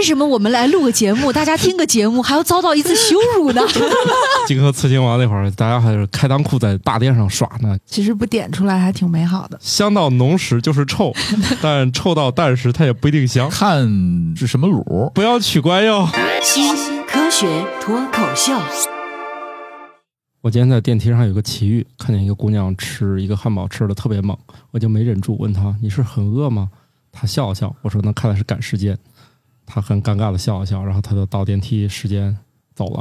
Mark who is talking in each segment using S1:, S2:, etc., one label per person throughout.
S1: 为什么我们来录个节目，大家听个节目，还要遭到一次羞辱 呢？
S2: 荆轲刺秦王那会儿，大家还是开裆裤在大街上耍呢，
S3: 其实不点出来还挺美好的。
S2: 香到浓时就是 臭，但臭到淡时它也不一定香。
S4: 看是什么卤。
S2: 不要取关哟。
S5: 新科学脱口秀，
S2: 我今天在电梯上有个奇遇，看见一个姑娘吃一个汉堡，吃的特别猛，我就没忍住问她：“你是很饿吗？”她笑了笑，我说：“那看来是赶时间。”她很尴尬的笑了笑，然后她就到电梯时间走了。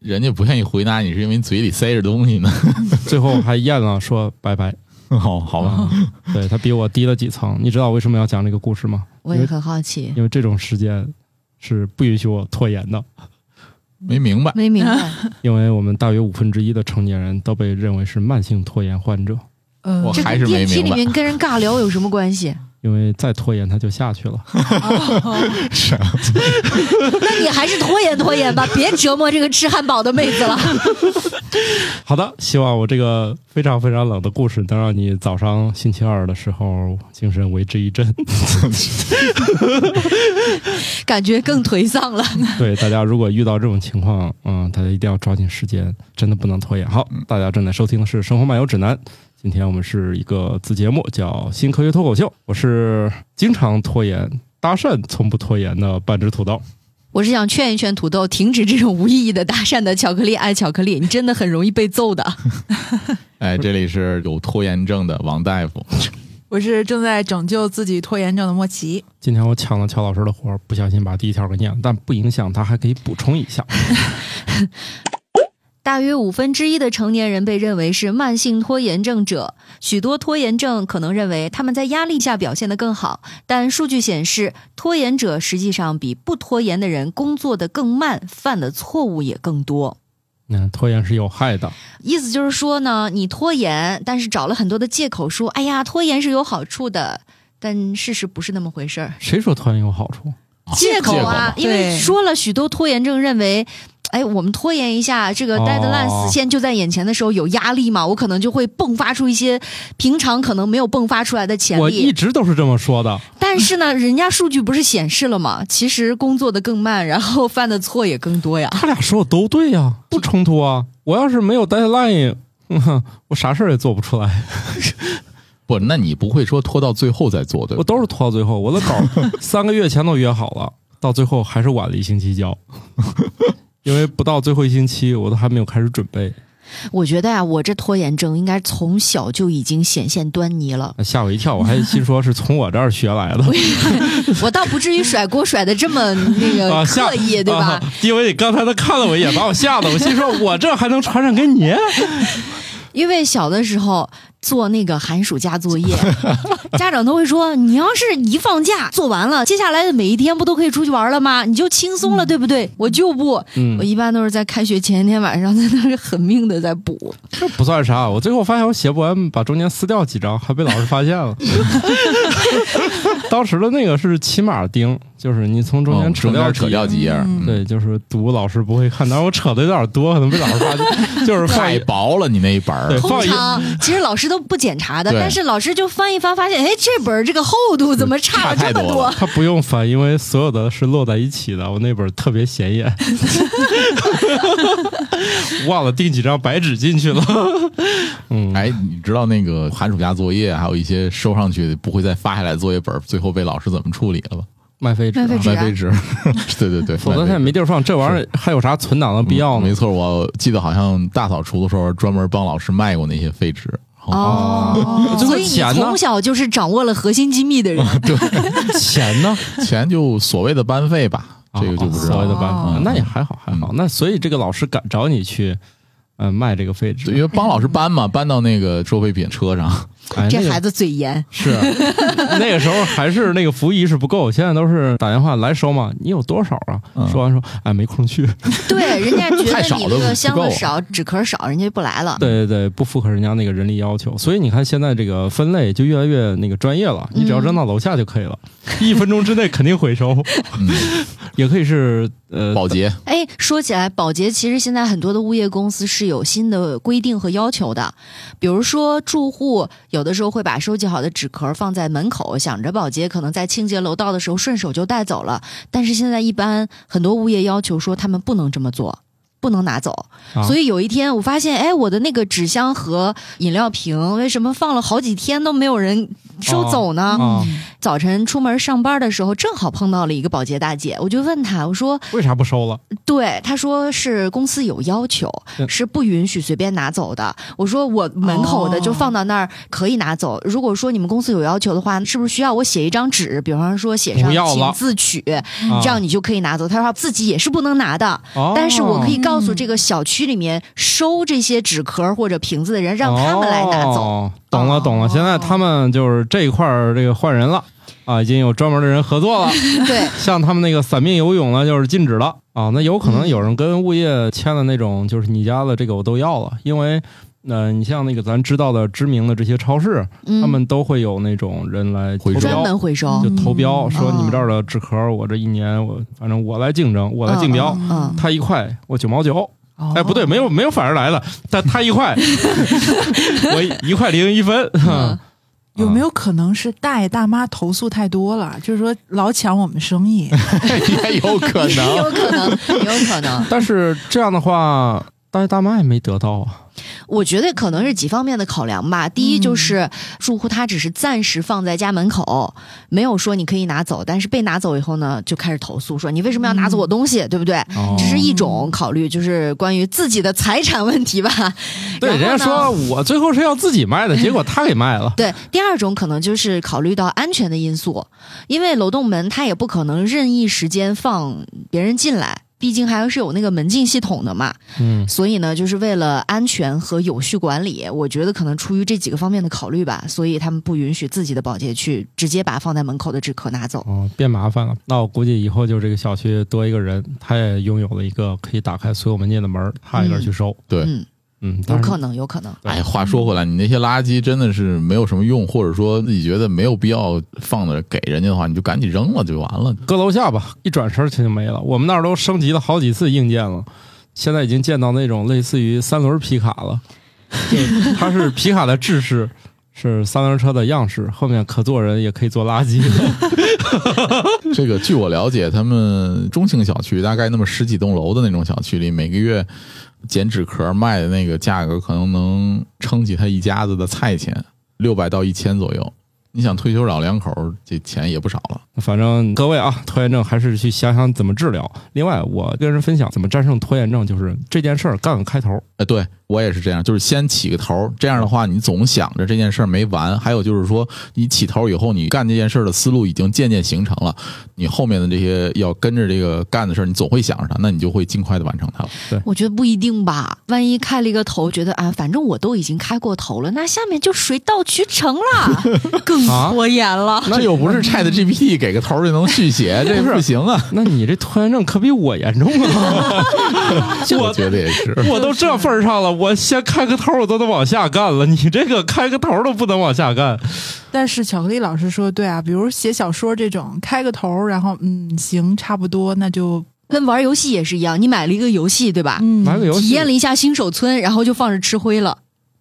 S4: 人家不愿意回答你，是因为你嘴里塞着东西呢。
S2: 最后还咽了说拜拜。啊
S4: 好
S2: 哦
S4: 好吧，
S2: 对她比我低了几层，你知道我为什么要讲这个故事吗？
S1: 我也很好奇，
S2: 因为这种时间是不允许我拖延的，
S4: 没明
S2: 嗯
S4: 白。
S1: 没明白。
S2: 因为我们大约五分之一的成年人都被认为是慢性拖延患者，
S3: 嗯
S4: 我
S1: 呃这
S4: 还
S1: 跟
S4: 是没
S1: 电梯里
S4: 明白。
S1: 面跟人尬聊有什么关 系？
S2: 因为再拖延他就下去了。
S1: 那你还是拖延拖 延吧，别折磨这个吃汉堡的妹子了。
S2: 好的，希望我这个非常非常冷的故事能让你早上星期二的时候精神为之一振。
S1: 感觉更颓丧了。
S2: 对大家，如果遇到这种情况，嗯，大家一定要抓紧时间，真的不能拖延。好，大家正在收听的是《生活漫游指南》，今天我们是一个子节目，叫《新科学脱口秀》，我是经常拖延。搭讪从不拖延的半只土豆，
S1: 我是想劝一劝土豆，停止这种无意义的搭讪的巧克力爱巧克力，你真的很容易被揍的。
S4: 哎，这里是有拖延症的王大夫，
S3: 我是正在拯救自己拖延症的莫奇。
S2: 今天我抢了乔老师的活儿，不小心把第一条给念了，但不影响他还可以补充一 下。
S1: 大约五分之一的成年人被认为是慢性拖延症者。许多拖延症可能认为他们在压力下表现得更好，但数据显示，拖延者实际上比不拖延的人工作得更慢，犯的错误也更多。
S2: 嗯，拖延是有害的。
S1: 意思就是说呢，你拖延，但是找了很多的借口说，哎呀，拖延是有好处的，但事实不是那么回事儿。
S2: 谁说拖延有好处？
S1: 借口啊，
S3: 借口
S1: 因为
S3: 对
S1: 说了许多拖延症认为。哎，我们拖延一下，这个
S2: 哦
S1: deadline 死线就在眼前的时候有压力嘛，我可能就会迸发出一些平常可能没有迸发出来的潜
S2: 我一
S1: 力。
S2: 直都是这么说的。
S1: 但是呢，人家数据不是显示了吗？其实工作的更慢，然后犯的错也更多呀。
S2: 他俩说的都对呀、不冲突啊。我要是没有 deadline，、嗯 哼、我啥事儿也做不出来。
S4: 不，那你不会说拖到最后再做对
S2: 我
S4: 吧？
S2: 都是拖到最后，我的稿 三个月前都约好了，到最后还是晚了一星期 交，因为不到最后一星期，我都还没有开始准备。
S1: 我觉得呀、我这拖延症应该从小就已经显现端倪了。
S2: 吓我一跳，我还心说是从我这儿学来的
S1: 我倒不至于甩锅甩的这么那
S2: 啊，
S1: 个
S2: 吓
S1: 刻意，对吧
S2: 啊？因为你刚才他看了我一眼，把我吓得，我 心说我这还能传染给你？
S1: 因为小的时候做那个寒暑假作业，家长都会说，你要是一放假做完了，接下来的每一天不都可以出去玩了吗？你就轻松了，对不对？我就不，我
S2: 嗯，
S1: 一般都是在开学前一天晚上在那儿狠命的在补。
S2: 这不算啥。我最后发现我写不完，把中间撕掉几张，还被老师发 现了。当时的那个是骑马钉，就是你从哦中间
S4: 嗯
S2: 扯
S4: 中
S2: 掉
S4: 间
S2: 几
S4: 扯掉几页，
S3: 嗯
S4: 嗯
S2: 对，就是读老师不会看，但是我扯的有点多，可能被老师发 现，就是放
S4: 太
S2: 一
S4: 薄了，你那一本儿
S2: 对
S1: 通
S2: 放一
S1: 常其实老师都不检查的，
S4: 对
S1: 但是老师就翻一翻，发现哎，这本儿这个厚度怎么差了
S4: 差太
S1: 这么
S4: 多
S1: 多
S4: 了？
S2: 他不用翻，因为所有的是摞在一起的。我那本特别 显眼，忘了订几张白纸进去了。嗯，
S4: 哎，你知道那个寒暑假作业，还有一些收上去不会再发下来的作业本，最后被老师怎么处理了吧？
S2: 卖废纸啊，
S1: 卖废纸啊
S4: 卖废纸， 对对 对，
S2: 否则他
S4: 卖废
S2: 也
S4: 纸
S2: 没地儿放。这玩意儿还有啥存档的必要
S4: 嗯没
S2: 呢？
S4: 错，我记得好像大扫除的时候专门帮老师卖过那些废纸。
S1: 哦，
S2: 这个
S1: 所以你
S2: 钱呢
S1: 从小就是掌握了核心机密的人。
S2: 钱呢？
S4: 钱就所谓的班费吧，这个就不知
S2: 哦啊所
S4: 道
S2: 谓的
S4: 了。
S2: 办法
S4: 哦，
S2: 那也还好，还好。那所以这个老师敢找你去，呃，卖这个废
S4: 对因
S2: 纸，
S4: 为帮老师搬嘛，搬到那个收废品车上，
S2: 哎，
S1: 这
S2: 那个
S1: 孩子嘴严，
S2: 是那个时候还是那个服务仪式不够，现在都是打电话来收嘛，你有多少啊？
S4: 嗯
S2: 说完说，哎，没空去。
S1: 对，人家觉
S4: 太
S1: 得
S4: 少
S1: 你
S4: 了
S1: 这
S4: 不
S1: 个
S4: 够
S1: 箱子少，纸壳少，人家就不来了。
S2: 对对对，不符合人家那个人力要求，所以你看现在这个分类就越来越那个专业了，你只
S1: 嗯
S2: 要扔到楼下就可以了，一分钟之内肯定回收，
S4: 嗯，
S2: 也可以是呃
S4: 保洁
S1: 哎，说起来，保洁其实现在很多的物业公司是有新的规定和要求的，比如说住户有有的时候会把收集好的纸壳放在门口，想着保洁可能在清洁楼道的时候顺手就带走了。但是现在一般很多物业要求说他们不能这么做，不能拿走。
S2: 啊
S1: 所以有一天我发现，哎，我的那个纸箱和饮料瓶为什么放了好几天都没有人收走呢？
S2: 啊，
S1: 早晨出门上班的时候，正好碰到了一个保洁大姐，我就问她，我说
S2: 为啥不收了？
S1: 对，他说是公司有要求，
S2: 嗯
S1: 是不允许随便拿走的。我说我门口的就
S3: 哦
S1: 放到那儿可以拿走。如果说你们公司有要求的话，是不是需要我写一张纸，比方说写上
S2: 不要
S1: 请
S2: 了
S1: 自取，
S2: 啊
S1: 这样你就可以拿走？他说自己也是不能拿的，
S2: 哦
S1: 但是我可以告诉
S3: 嗯
S1: 这个小区里面收这些纸壳或者瓶子的人，让他们来拿走。
S2: 哦懂了，懂了。
S3: 哦
S2: 现在他们就是这一块儿，这个换人了啊，已经有专门的人合作了。
S1: 对，
S2: 像他们那个散面游泳呢，就是禁止了啊。那有可
S1: 嗯
S2: 能有人跟物业签了那种，就是你家的这个我都要了，因为。呃，你像那个咱知道的知名的这些超市，
S1: 嗯，
S2: 他们都会有那种人来投
S4: 回收
S1: 专
S2: 标，
S1: 门回收。
S2: 就投标
S3: 嗯
S2: 说你们这儿的纸壳，我这一年我反正我来竞争，我来竞标，
S1: 嗯
S2: 他一块我九毛九，
S3: 哦
S2: 哎，不对，没有没有反而来了，但他 一块，我一块零一分。啊
S1: 嗯
S3: 有没有可能是大爷大妈投诉太多了，就是说老抢我们生意？
S4: 也有可
S1: 也
S4: 能。
S1: 有可能，也有可能。
S2: 但是这样的话，大爷大妈也没得到 啊。
S1: 我觉得可能是几方面的考量吧。第一
S3: 嗯
S1: 就是住户他只是暂时放在家门口，没有说你可以拿走，但是被拿走以后呢，就开始投诉说你为什么要拿走我东西，对不对？
S2: 哦
S1: 这是一种考虑，就是关于自己的财产问题吧。
S2: 对，
S1: 然后
S2: 人
S1: 呢。
S2: 家说我最后是要自己卖的，结果他给卖了
S1: 对，第二种可能就是考虑到安全的因素，因为楼栋门它也不可能任意时间放别人进来，毕竟还是有那个门禁系统的嘛。
S2: 嗯，
S1: 所以呢，就是为了安全和有序管理，我觉得可能出于这几个方面的考虑吧，所以他们不允许自己的保洁去直接把放在门口的纸壳拿走。
S2: 哦，变麻烦了。那我估计以后就这个小区多一个人，他也拥有了一个可以打开所有门禁的门儿，他也那儿去收。
S4: 对
S1: 嗯，
S2: 嗯，
S1: 有
S2: 但是
S1: 可能，有可能。
S4: 哎，话说回来，你那些垃圾真的是没有什么用，或者说自己觉得没有必要放那儿给人家的话，你就赶紧扔了就完了。
S2: 搁楼下吧，一转身它就没了。我们那儿都升级了好几次硬件了，现在已经见到那种类似于三轮皮卡 了，就是它是皮卡的制式。是三轮车的样式，后面可坐人也可以坐垃圾。
S4: 这个据我了解，他们中性小区大概那么十几栋楼的那种小区里，每个月捡纸壳卖的那个价格，可能能撑起他一家子的菜钱，六百到一千左右。你想退休老两口儿，这钱也不少了。
S2: 反正各位啊，拖延症还是去想想怎么治疗。另外，我跟人分享怎么战胜拖延症，就是这件事儿干个开头。
S4: 哎，对我也是这样，就是先起个头儿，这样的话你总想着这件事儿没完。还有就是说，你起头以后，你干这件事儿的思路已经渐渐形成了，你后面的这些要跟着这个干的事儿，你总会想着它，那你就会尽快的完成它了。
S1: 我觉得不一定吧，万一开了一个头，觉得啊，反正我都已经开过头了，那下面就水到渠成啦， 更
S2: 啊
S1: 拖延了。
S4: 那又不是 Chat GPT 给个头儿就能 续写，这不行啊！
S2: 那你这拖延症可比我严重 啊！
S4: 我
S2: 我
S4: 觉得也是。
S2: 我都这份儿上了，我先开个头，我都能往下干了。你这个开个头都不能往下干，
S3: 但是巧克力老师说的对啊，比如写小说这种，开个头，然后嗯，行，差不多，那就
S1: 跟玩游戏也是一样，你买了一个游戏，对吧？
S3: 嗯
S2: 玩个游戏
S1: 体验了一下新手村，然后就放着吃灰了，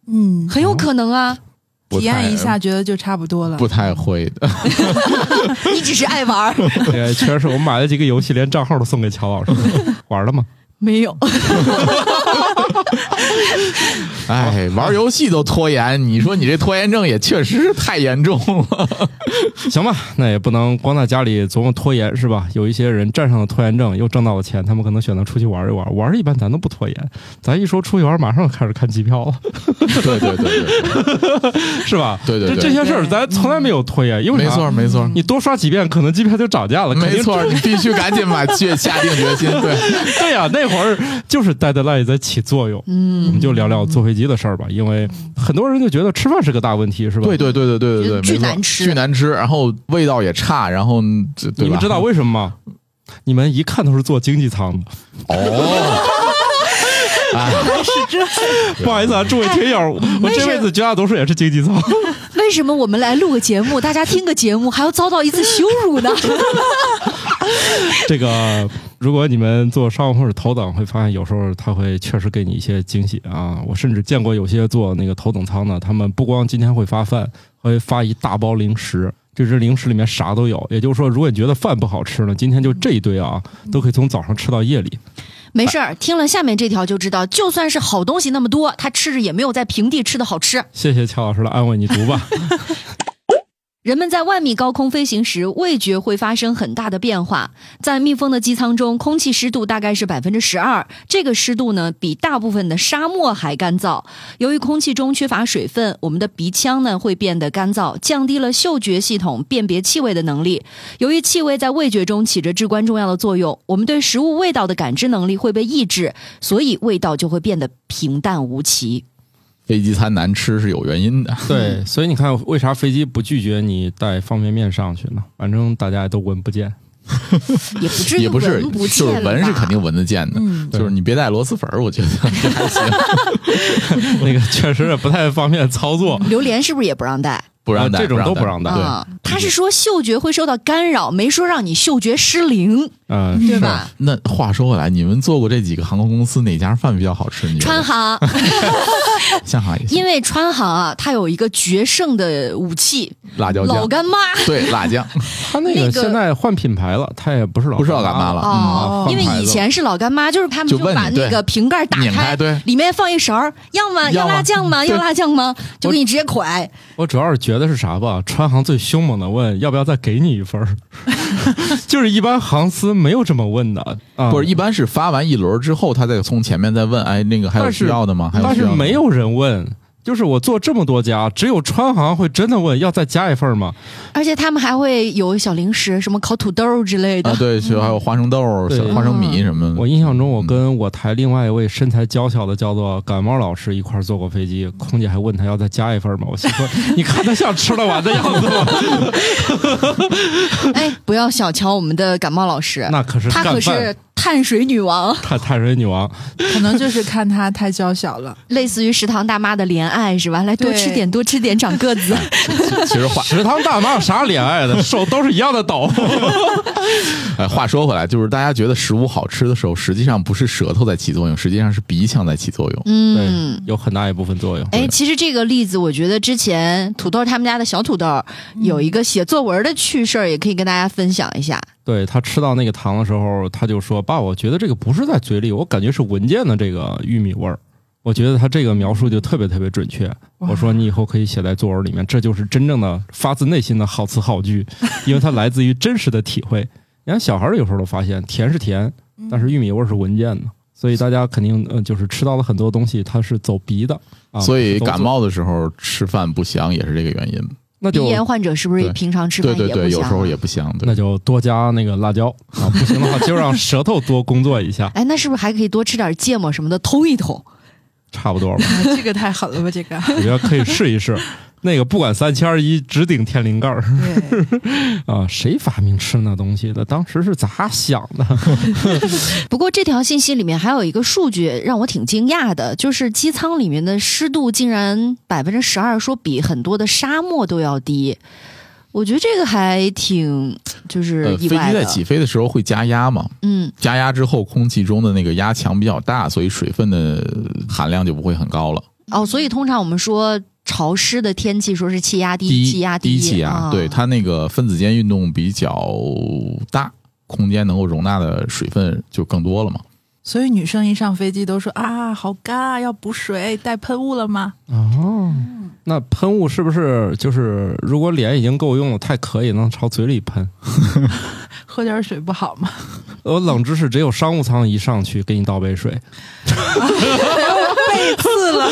S3: 嗯，
S2: 哦
S1: 很有可能啊。
S4: 不
S3: 体验
S4: 太
S3: 一下，觉得就差不多了。
S4: 不太会 的。
S1: 你只是爱玩儿，
S2: 也确实是我买了几个游戏，连账号都送给乔老师，玩了吗？
S1: 没有。
S4: 哎，玩游戏都拖延，你说你这拖延症也确实是太严重了。
S2: 行吧，那也不能光在家里琢磨拖延是吧？有一些人战胜了拖延症，又挣到了钱，他们可能选择出去玩一玩。玩一般咱都不拖延，咱一说出去玩，马上就开始看机票了，
S4: 对对对对，
S2: 是吧？
S4: 对对对
S2: 这这些事儿咱从来没有拖延，因为
S4: 没
S2: 啥
S4: 错没错。
S2: 你多刷几遍，可能机票就涨价了。啊肯定
S4: 没错，你必须赶紧买，决下定决心。对，
S2: 对呀、那会儿就是 deadline 在起作用。
S1: 嗯
S2: 我们就聊聊坐飞机的事儿吧，因为很多人就觉得吃饭是个大问题，是吧？
S4: 对对对对对对对，
S1: 巨
S4: 没错
S1: 难吃
S4: 巨难吃，然后味道也差，然后这对吧
S2: 你们知道为什么吗？你们一看都是坐经济舱的。
S4: 哦。哎，
S2: 不好意思啊，诸位听友，我这辈子绝大多数也是经济舱。
S1: 为什么我们来录个节目，大家听个节目还要遭到一次羞辱呢？
S2: 这个，如果你们做商务或者头等，会发现有时候他会确实给你一些惊喜啊。我甚至见过有些做那个头等舱的，他们不光今天会发饭，会发一大包零食。这只零食里面啥都有，也就是说，如果你觉得饭不好吃呢，今天就这一堆啊，都可以从早上吃到夜里。
S1: 没事儿，听了下面这条就知道，就算是好东西那么多，他吃着也没有在平地吃的好吃。
S2: 谢谢乔老师的安慰，你读吧。
S1: 人们在万米高空飞行时，味觉会发生很大的变化。在密封的机舱中，空气湿度大概是百分之十二，这个湿度呢比大部分的沙漠还干燥。由于空气中缺乏水分，我们的鼻腔呢会变得干燥，降低了嗅觉系统辨别气味的能力。由于气味在味觉中起着至关重要的作用，我们对食物味道的感知能力会被抑制，所以味道就会变得平淡无奇。
S4: 飞机餐难吃是有原因的。
S2: 对，所以你看，为啥飞机不拒绝你带方便面上去呢？反正大家也都闻不 见。
S1: 也不至于
S4: 也不是，
S1: 闻不见
S4: 就是闻是
S1: 吧
S4: 肯定闻得见的，
S3: 嗯
S4: 就是你别带螺蛳粉儿，我觉得这还行，
S2: 那个确实也不太方便操作，呃
S1: 榴莲是不是也不让带？
S4: 不让带，
S2: 这种都不
S4: 不
S2: 让
S4: 带。
S2: 带。
S4: 对
S1: 啊，他是说嗅觉会受到干扰，没说让你嗅觉失灵，
S2: 嗯，
S1: 对
S2: 是
S1: 吧？
S4: 哎那话说回来，你们做过这几个航空公司哪家饭比较好吃？你觉
S1: 川
S4: 得
S1: 航，
S4: 像哈也行
S1: 因为川航啊，它有一个决胜的武器
S4: 辣椒
S1: 老
S4: 酱，
S1: 干妈
S4: 对辣酱，
S2: 他那
S1: 那
S2: 个
S1: 个
S2: 现在换品牌了，他也不是老
S4: 不是老干妈了，嗯，
S1: 哦
S4: 换
S1: 因为
S4: 牌子
S1: 以前是老干妈，就是他们
S4: 就
S1: 就
S4: 问
S1: 把
S4: 你
S1: 那个瓶盖打
S4: 拧开对
S1: 里面放一勺儿，要么
S4: 要
S1: 要
S4: 么
S1: 辣酱吗？
S4: 对
S1: 要辣酱吗？就给你直接蒯。
S2: 我主要是觉得是啥吧，川航最凶猛的问要不要再给你一份 儿，就是一般航司没有这么问的 啊。
S4: 不是，一般是发完一轮之后，他再从前面再问，哎，那个还有
S2: 但是
S4: 需要的吗？还有
S2: 但
S4: 需要
S2: 是
S4: 的吗
S2: 没有人问，就是我做这么多家，只有川航会真的问要再加一份儿吗？
S1: 而且他们还会有小零食，什么烤土豆儿之类的。
S4: 啊， 对，是还有花生豆儿、
S2: 对
S4: 小花生
S1: 嗯
S4: 米什么的。
S2: 我印象中，我跟我台另外一位身材娇小的叫做感冒老师一块儿坐过飞机，空姐还问他要再加一份儿吗？我心说，你看他像吃得完的样子 吗？
S1: 哎，不要小瞧我们的感冒老师，
S2: 那可是
S1: 她
S2: 干
S1: 可
S2: 饭
S1: 是。碳水女王。
S2: 碳碳水女 王，
S3: 可能就是看他太娇小了。
S1: 类似于食堂大妈的怜爱是吧？来多
S3: 对
S1: 吃点，多吃点，长个子。
S4: 其其 实话，
S2: 食堂大妈有啥怜爱的？手都是一样的抖。
S4: 哎，话说回来，就是大家觉得食物好吃的时候，实际上不是舌头在起作用，实际上是鼻腔在起作用。
S1: 嗯，
S2: 有很大一部分作用。
S1: 哎，其实这个例子，我觉得之前土豆他们家的小土豆有一个写作文的趣事儿，也可以跟大家分享一下。
S2: 对他吃到那个糖的时候，他就说：“爸，我觉得这个不是在嘴里，我感觉是闻见的这个玉米味儿。”我觉得他这个描述就特别特别准确。我说你以后可以写在作文里面，这就是真正的发自内心的好词好句，因为它来自于真实的体会。你看小孩儿有时候都发现甜是甜，
S1: 嗯
S2: 但是玉米味儿是闻见的，所以大家肯定呃就是吃到了很多东西，它是走鼻的啊。
S4: 所
S2: 不
S4: 以
S2: 是走
S4: 感
S2: 嘴
S4: 冒的时候吃饭不香也是这个原因。
S2: 那
S1: 鼻
S2: 就
S1: 炎患者是不是
S4: 哎对
S1: 平常吃
S4: 对
S1: 饭
S4: 对
S1: 也不
S4: 对，有时候
S1: 香？啊
S4: 也不香。对
S2: 那，就多加那个辣椒啊，不行的话就让舌头多工作一下，
S1: 哎，那是不是还可以多吃点芥末什么的，通一通？
S2: 差不多吧。
S3: 啊这个太狠了吧，这个。
S2: 我觉得可以试一试。那个不管三七二一，直顶天灵盖儿
S3: 对，
S2: 啊！谁发明吃那东西的？当时是咋想的？
S1: 不过这条信息里面还有一个数据让我挺惊讶的，就是机舱里面的湿度竟然百分之十二，说比很多的沙漠都要低。我觉得这个还挺就是
S4: 呃，飞
S1: 意
S4: 机
S1: 外的。
S4: 在起飞的时候会加压嘛？
S1: 嗯，
S4: 加压之后，空气中的那个压强比较大，所以水分的含量就不会很高了。
S1: 哦，所以通常我们说潮湿的天气，说是气压低，
S4: 低
S1: 气压
S4: 低气压，
S1: 啊、
S4: 对它那个分子间运动比较大，空间能够容纳的水分就更 多了嘛。
S3: 所以女生一上飞机都说啊，好干啊，要补水，带喷雾了吗？
S2: 哦，那喷雾是不是就是如果脸已经够用了，太渴也能朝嘴里喷？
S3: 喝点水不好吗？
S2: 我冷知识只有商务舱一上去给你倒杯水，
S3: 背刺了，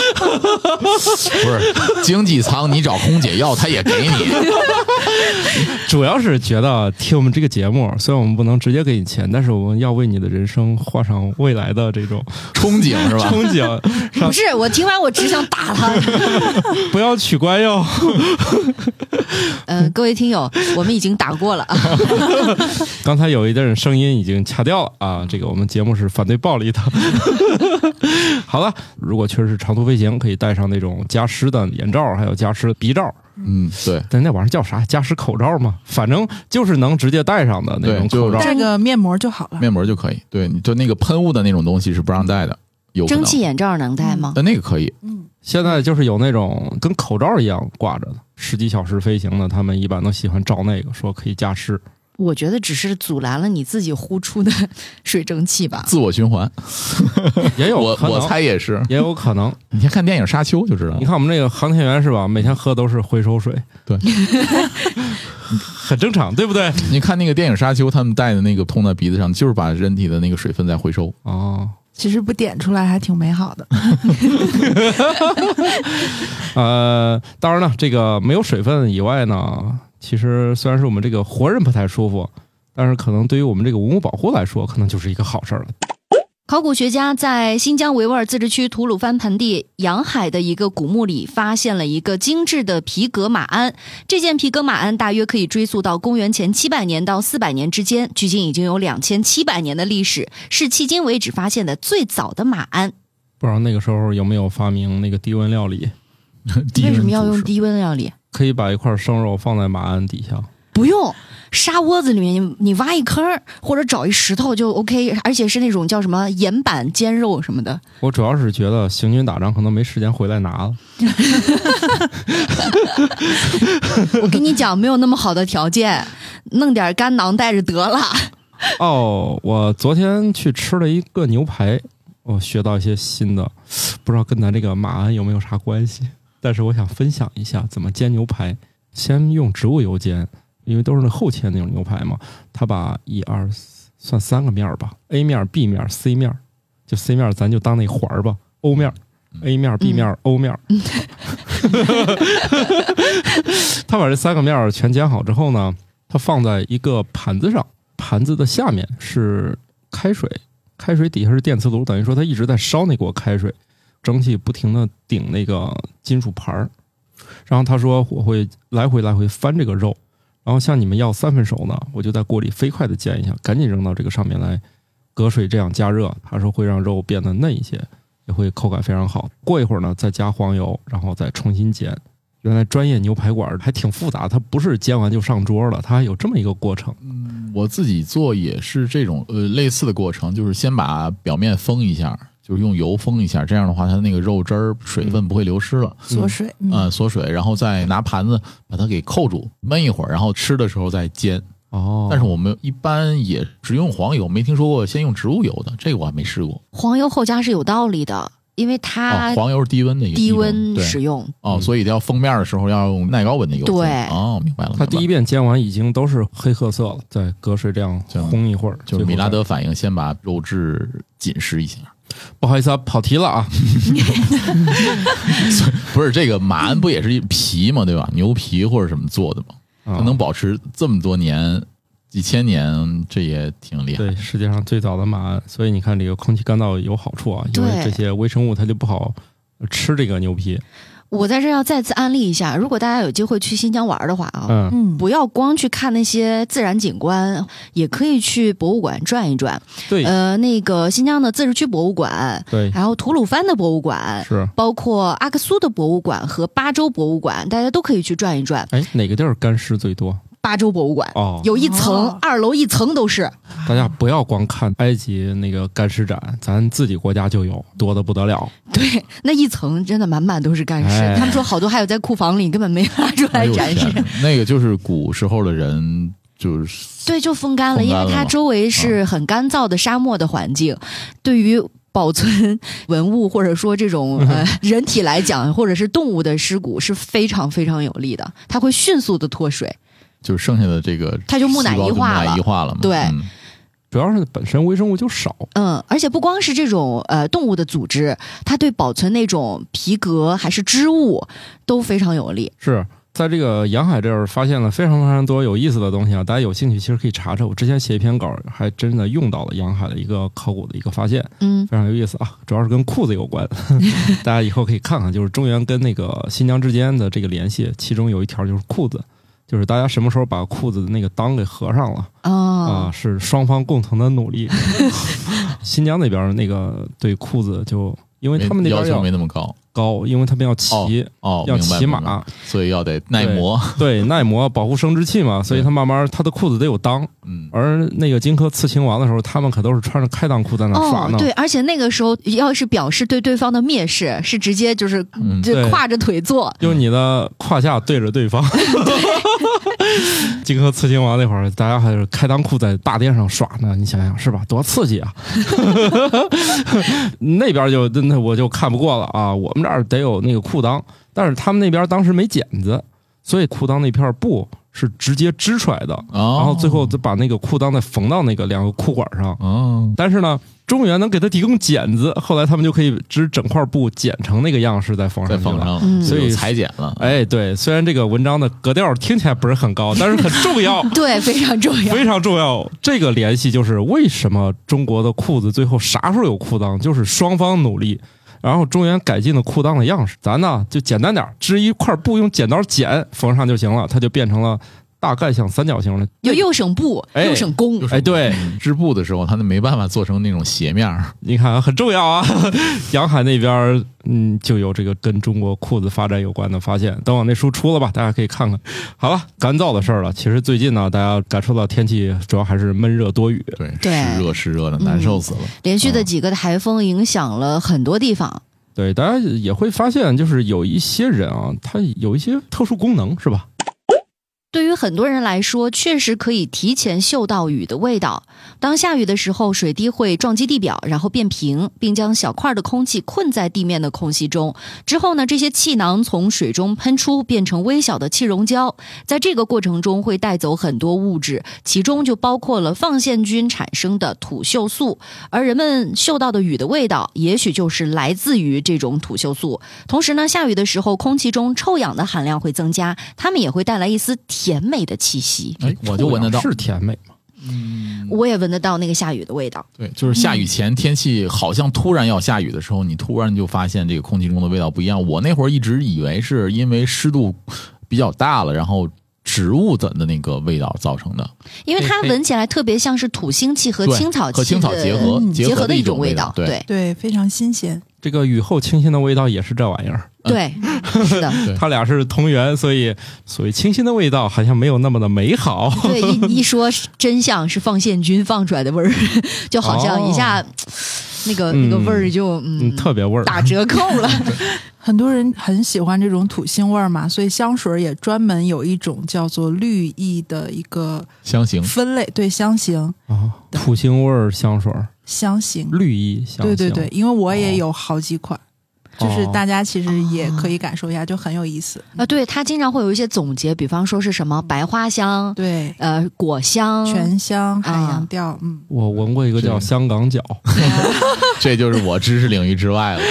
S4: 不是经济舱，你找空姐要，她也给你。
S2: 主要是觉得听我们这个节目，虽然我们不能直接给你钱，但是我们要为你的人生画上未来的这种
S4: 憧憬是吧？
S2: 憧憬，
S1: 不是我听完我只想打他。
S2: 不要取关哟。
S1: 嗯、各位听友，我们已经打过了啊。
S2: 刚才有一阵声音已经掐掉了啊，这个我们节目是反对暴力的。 好了，如果确实是长途飞行，可以戴上那种加湿的眼罩，还有加湿的鼻罩。
S4: 嗯，对，
S2: 但那玩意儿叫啥？加湿口罩吗？反正就是能直接戴上的那种
S4: 对就
S2: 口罩。
S3: 戴个面膜就好了。
S4: 面膜就可以。对，你就那个喷雾的那种东西是不让戴的，有可能
S1: 蒸汽，眼罩能戴吗？
S4: 但那个可以。
S3: 嗯，
S2: 现在就是有那种跟口罩一样挂着的，十几小时飞行的，他们一般都喜欢照那个，说可以加 湿。
S1: 我觉得只是阻拦了你自己呼出的水蒸气吧。
S4: 自我循环，
S2: 也有
S4: 我
S2: 可能
S4: 我猜啊也是。
S2: 也有可能。
S4: 你先看电影《沙丘》就知道
S2: 你
S4: 了。
S2: 看我们这个航天员是吧？每天喝都是回收水，
S4: 对，
S2: 很正常，对不对？
S4: 你看那个电影《沙丘》，他们戴的那个通在鼻子上，就是把人体的那个水分在回收。
S2: 哦，
S3: 其实不点出来还挺美好的。
S2: 呃，当然了，这个没有水分以外呢，其实虽然是我们这个活人不太舒服，但是可能对于我们这个文物保护来说，可能就是一个好事儿了。
S1: 考古学家在新疆维吾尔自治区吐鲁番盆地洋海的一个古墓里发现了一个精致的皮革马鞍。这件皮革马鞍大约可以追溯到公元前七百年到四百年之间，距今已经有两千七百年的历史，是迄今为止发现的最早的马鞍。
S2: 不知道那个时候有没有发明那个低温料理，
S4: 低
S1: 为什么
S4: 温
S1: 要
S4: 煮
S1: 用
S4: 食
S1: 低温料理？
S2: 可以把一块生肉放在马鞍底下。
S1: 不用，沙窝子里面你你挖一坑儿或者找一石头就 OK，而且是那种叫什么岩板煎肉什么的。
S2: 我主要是觉得行军打仗可能没时间回来拿了。
S1: 我跟你讲，没有那么好的条件，弄点干囊带着得了。
S2: 哦，我昨天去吃了一个牛排，我学到一些新的，不知道跟咱这个马鞍有没有啥关系，但是我想分享一下怎么煎牛排。先用植物油煎，因为都是那厚切那种牛排嘛，他把一二四算三个面儿吧，A 面儿、B 面儿、C 面儿，就 C 面儿咱就当那环儿吧，O 面儿。A 面儿、B 面儿、O 面儿， 他把这三个面儿全煎好之后呢，他放在一个盘子上，盘子的下面是开水，开水底下是电磁炉，等于说它一直在烧那锅开水，蒸汽不停的顶那个金属盘儿。然后他说我会来回来回翻这个肉，然后像你们要三分熟呢，我就在锅里飞快的煎一下，赶紧扔到这个上面来，隔水这样加热，他说会让肉变得嫩一些，也会口感非常好。过一会儿呢，再加黄油，然后再重新煎。原来专业牛排馆还挺复杂，它不是煎完就上桌了，它还有这么一个过程。
S4: 我自己做也是这种呃类似的过程，就是先把表面封一下，就是用油封一下，这样的话它那个肉汁儿水分不会流失了，
S3: 缩水，
S4: 啊、
S3: 嗯，
S4: 缩水，然后再拿盘子把它给扣住，焖一会儿，然后吃的时候再煎。
S2: 哦，
S4: 但是我们一般也只用黄油，没听说过先用植物油的，这个我还没试过。
S1: 黄油后加是有道理的，因为
S4: 啊，
S1: 它
S4: 黄油是低温的一个
S1: 低
S4: 一
S1: 温
S4: 种
S1: 使
S4: 对
S1: 用。
S4: 哦，所以要封面的时候要用耐高温的油封。
S1: 对
S4: 哦，明白了。
S2: 它第一
S4: 明白了
S2: 遍煎完已经都是黑褐色了，再隔水这样烘一会儿，
S4: 就是米拉
S2: 最后
S4: 德反应，先把肉质紧实一下。
S2: 再。不好意思啊，跑题了啊。
S4: 不是这个马
S2: 嗯
S4: 鞍不也是一皮嘛，对吧？牛皮或者什么做的嘛，它
S2: 啊
S4: 能保持这么多年，几千年，这也挺厉害。
S2: 对世界上最早的马鞍，所以你看这个空气干燥有好处啊，因为
S1: 对
S2: 这些微生物它就不好吃这个牛皮。
S1: 我在这儿要再次安利一下，如果大家有机会去新疆玩的话啊，
S2: 嗯，
S3: 嗯，
S1: 不要光去看那些自然景观，也可以去博物馆转一转。
S2: 对
S1: 呃，那个新疆的自治区博物馆，
S2: 对
S1: 还有吐鲁番的博物馆，
S2: 是。
S1: 包括阿克苏的博物馆和巴州博物馆，大家都可以去转一转。
S2: 哎，哪个地儿干尸最多？
S1: 巴州博物馆
S2: 哦，
S1: 呃有一层，
S3: 哦
S1: 二楼一层都是。
S2: 大家不要光看埃及那个干尸展，咱自己国家就有，多的不得了。
S1: 对，那一层真的满满都是干尸。
S2: 哎
S1: 他们说好多还有在库房里，根本没拿出
S4: 哎
S1: 来
S4: 呦
S1: 展示
S4: 天。哪 那个就是古时候的人，就是
S1: 对，就风干了，
S4: 风
S1: 因
S4: 干
S1: 为
S4: 了
S1: 它
S4: 嘛
S1: 周围是很干燥的沙漠的环境，对于。保存文物或者说这种呃人体来讲，或者是动物的尸骨是非常非常有利的，它会迅速的脱水。
S4: 就是剩下的这个细胞，
S1: 它就木乃伊化了
S4: 木乃伊化了嘛。
S1: 对
S4: 嗯
S2: 主要是本身微生物就少，
S1: 嗯，而且不光是这种呃动物的组织，它对保存那种皮革还是织物都非常有利。
S2: 是在这个洋海这儿发现了非常非常多有意思的东西啊！大家有兴趣其实可以查查，我之前写一篇稿儿还真的用到了洋海的一个考古的一个发现，
S1: 嗯，
S2: 非常有意思啊！主要是跟裤子 有关，大家以后可以看看，就是中原跟那个新疆之间的这个联系，其中有一条就是裤子。就是大家什么时候把裤子的那个裆给合上了
S1: 啊、
S2: 啊、是双方共同的 努力。新疆那边儿那个对裤子就，因为他们那
S4: 没
S2: 边
S4: 要
S2: 儿
S4: 求
S2: 要
S4: 没那么高，
S2: 高，因为他们要骑，
S4: 哦，
S2: 要
S4: 明白
S2: 骑，
S4: 明白
S2: 马，啊
S4: 所以要得耐磨，
S2: 对，耐磨保护生殖器嘛，所以
S4: 对
S2: 他慢慢他的裤子得有裆。
S4: 嗯，
S2: 而那个荆轲刺秦王的时候，他们可都是穿着开裆裤在那啊耍
S1: 哦
S2: 呢，，
S1: 对，而且那个时候要是表示对对方的蔑视，是直接就是
S4: 嗯
S1: 就
S2: 对
S1: 跨着腿坐，
S2: 用你的胯下对着 对方。荆轲刺秦王那会儿，大家还是开裆裤在大街上耍呢，你想想是吧？多刺激啊！ 那边就那我就看不过了啊，我们这儿得有那个裤裆，但是他们那边当时没剪子，所以裤裆那片布是直接织出来的，然后
S4: 哦
S2: 最后就把那个裤裆再缝到那个两个裤管上。
S4: 哦，
S2: 但是呢，中原能给他提供剪子，后来他们就可以织整块布剪成那个样式再缝
S4: 在
S2: 上去
S4: 缝
S2: 了
S4: 上
S1: 嗯
S4: 了，
S2: 所以
S4: 有裁剪了，
S2: 哎，对，虽然这个文章的格调听起来不是很高，但是很重要，
S1: 对，非常重要。
S2: 非常重要。这个联系就是为什么中国的裤子最后啥时候有裤裆，就是双方努力。然后中原改进了裤裆的样式，咱呢就简单点儿，织一块布，用剪刀剪缝上就行了，它就变成了大概像三角形的。
S1: 又又省布，
S2: 哎
S1: 又省工，
S2: 哎，对，
S4: 织布的时候，它那没办法做成那种斜面儿，
S2: 你看啊很重要啊。杨海那边儿，嗯，就有这个跟中国裤子发展有关的发现。等我那书出了吧，大家可以看看。好了，干燥的事儿了。其实最近呢，大家感受到天气主要还是闷热多雨。
S4: 对，
S1: 对
S4: 是热是热的，难受死了。
S1: 连续的几个台风影响了很多地方。
S2: 对，大家也会发现，就是有一些人啊，他有一些特殊功能，是吧？
S1: 对于很多人来说，确实可以提前嗅到雨的味道。当下雨的时候，水滴会撞击地表，然后变平，并将小块的空气困在地面的空隙中。之后呢，这些气囊从水中喷出，变成微小的气溶胶。在这个过程中，会带走很多物质，其中就包括了放线菌产生的土锈素。而人们嗅到的雨的味道，也许就是来自于这种土锈素。同时呢，下雨的时候，空气中臭氧的含量会增加，它们也会带来一丝甜美的气息。
S3: 嗯
S4: 哎，我就闻得到，
S2: 是甜美嘛？
S4: 嗯
S1: 我也闻得到那个下雨的味道。
S4: 对，就是
S3: 嗯
S4: 下雨前天气好像突然要下雨的时候，你突然就发现这个空气中的味道不一样。我那会儿一直以为是因为湿度比较大了，然后植物的的那个味道造成的，
S1: 因为它
S4: 哎哎
S1: 闻起来特别像是土星气和
S4: 对
S1: 青草气
S4: 和青草
S1: 的
S4: 结合
S3: 嗯
S1: 结
S4: 合
S1: 的
S4: 一
S1: 种
S4: 味
S1: 道，
S4: 对，
S3: 对，非常新鲜。
S2: 这个雨后清新的味道也是这玩意儿，
S1: 对，是的，
S4: 嗯 对
S2: 它俩是同源，所以所谓清新的味道好像没有那么的美好。
S1: 对一一说真相是放线菌放出来的味儿， 就好像一下、
S4: 哦
S1: 那个那个味儿就嗯
S2: 嗯，特别味儿。
S1: 打折扣 了，
S3: 很多人很喜欢这种土腥味儿嘛，所以香水也专门有一种叫做绿意的一个
S4: 香 型
S3: 分类，对香型，
S2: 啊，土腥味儿香水儿，
S3: 香型，
S2: 绿意香
S3: 对对
S2: 型
S3: 对，因为我也有好几款，就是
S2: 哦
S3: 大家其实也可以感受一下，就很有意思。
S1: 啊，对，它经常会有一些总结，比方说是什么白花香，
S3: 对，
S1: 呃，果香，
S3: 全香海
S1: 啊
S3: 洋调，嗯，
S2: 我闻过一个叫
S4: 是
S2: 香 港脚，
S4: 这就是我知识领域之外了，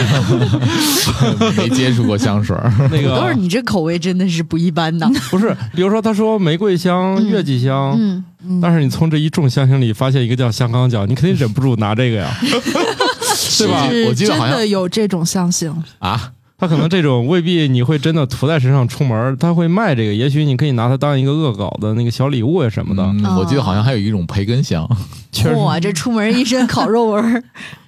S4: 没接触过香水儿。
S2: 那
S1: 都是
S2: 个
S1: 你这口味真的是不一般的，
S2: 不是，比如说他说玫瑰香、
S1: 嗯
S2: 月季香，
S1: 嗯，
S3: 嗯
S2: 但是你从这一众香型里发现一个叫香港脚，你肯定忍不住拿这个 呀，对吧？
S3: 是
S4: 我记得
S3: 真
S4: 好像
S3: 的有这种香型，
S4: 啊，
S2: 他可能这种未必你会真的涂在身上出门，他会卖这个，也许你可以拿它当一个恶搞的那个小礼物呀什么的。
S4: 嗯
S1: 哦
S4: 我记得好像还有一种培根香，
S3: 哦
S2: 确实，
S1: 哇，这出门一身烤肉味儿，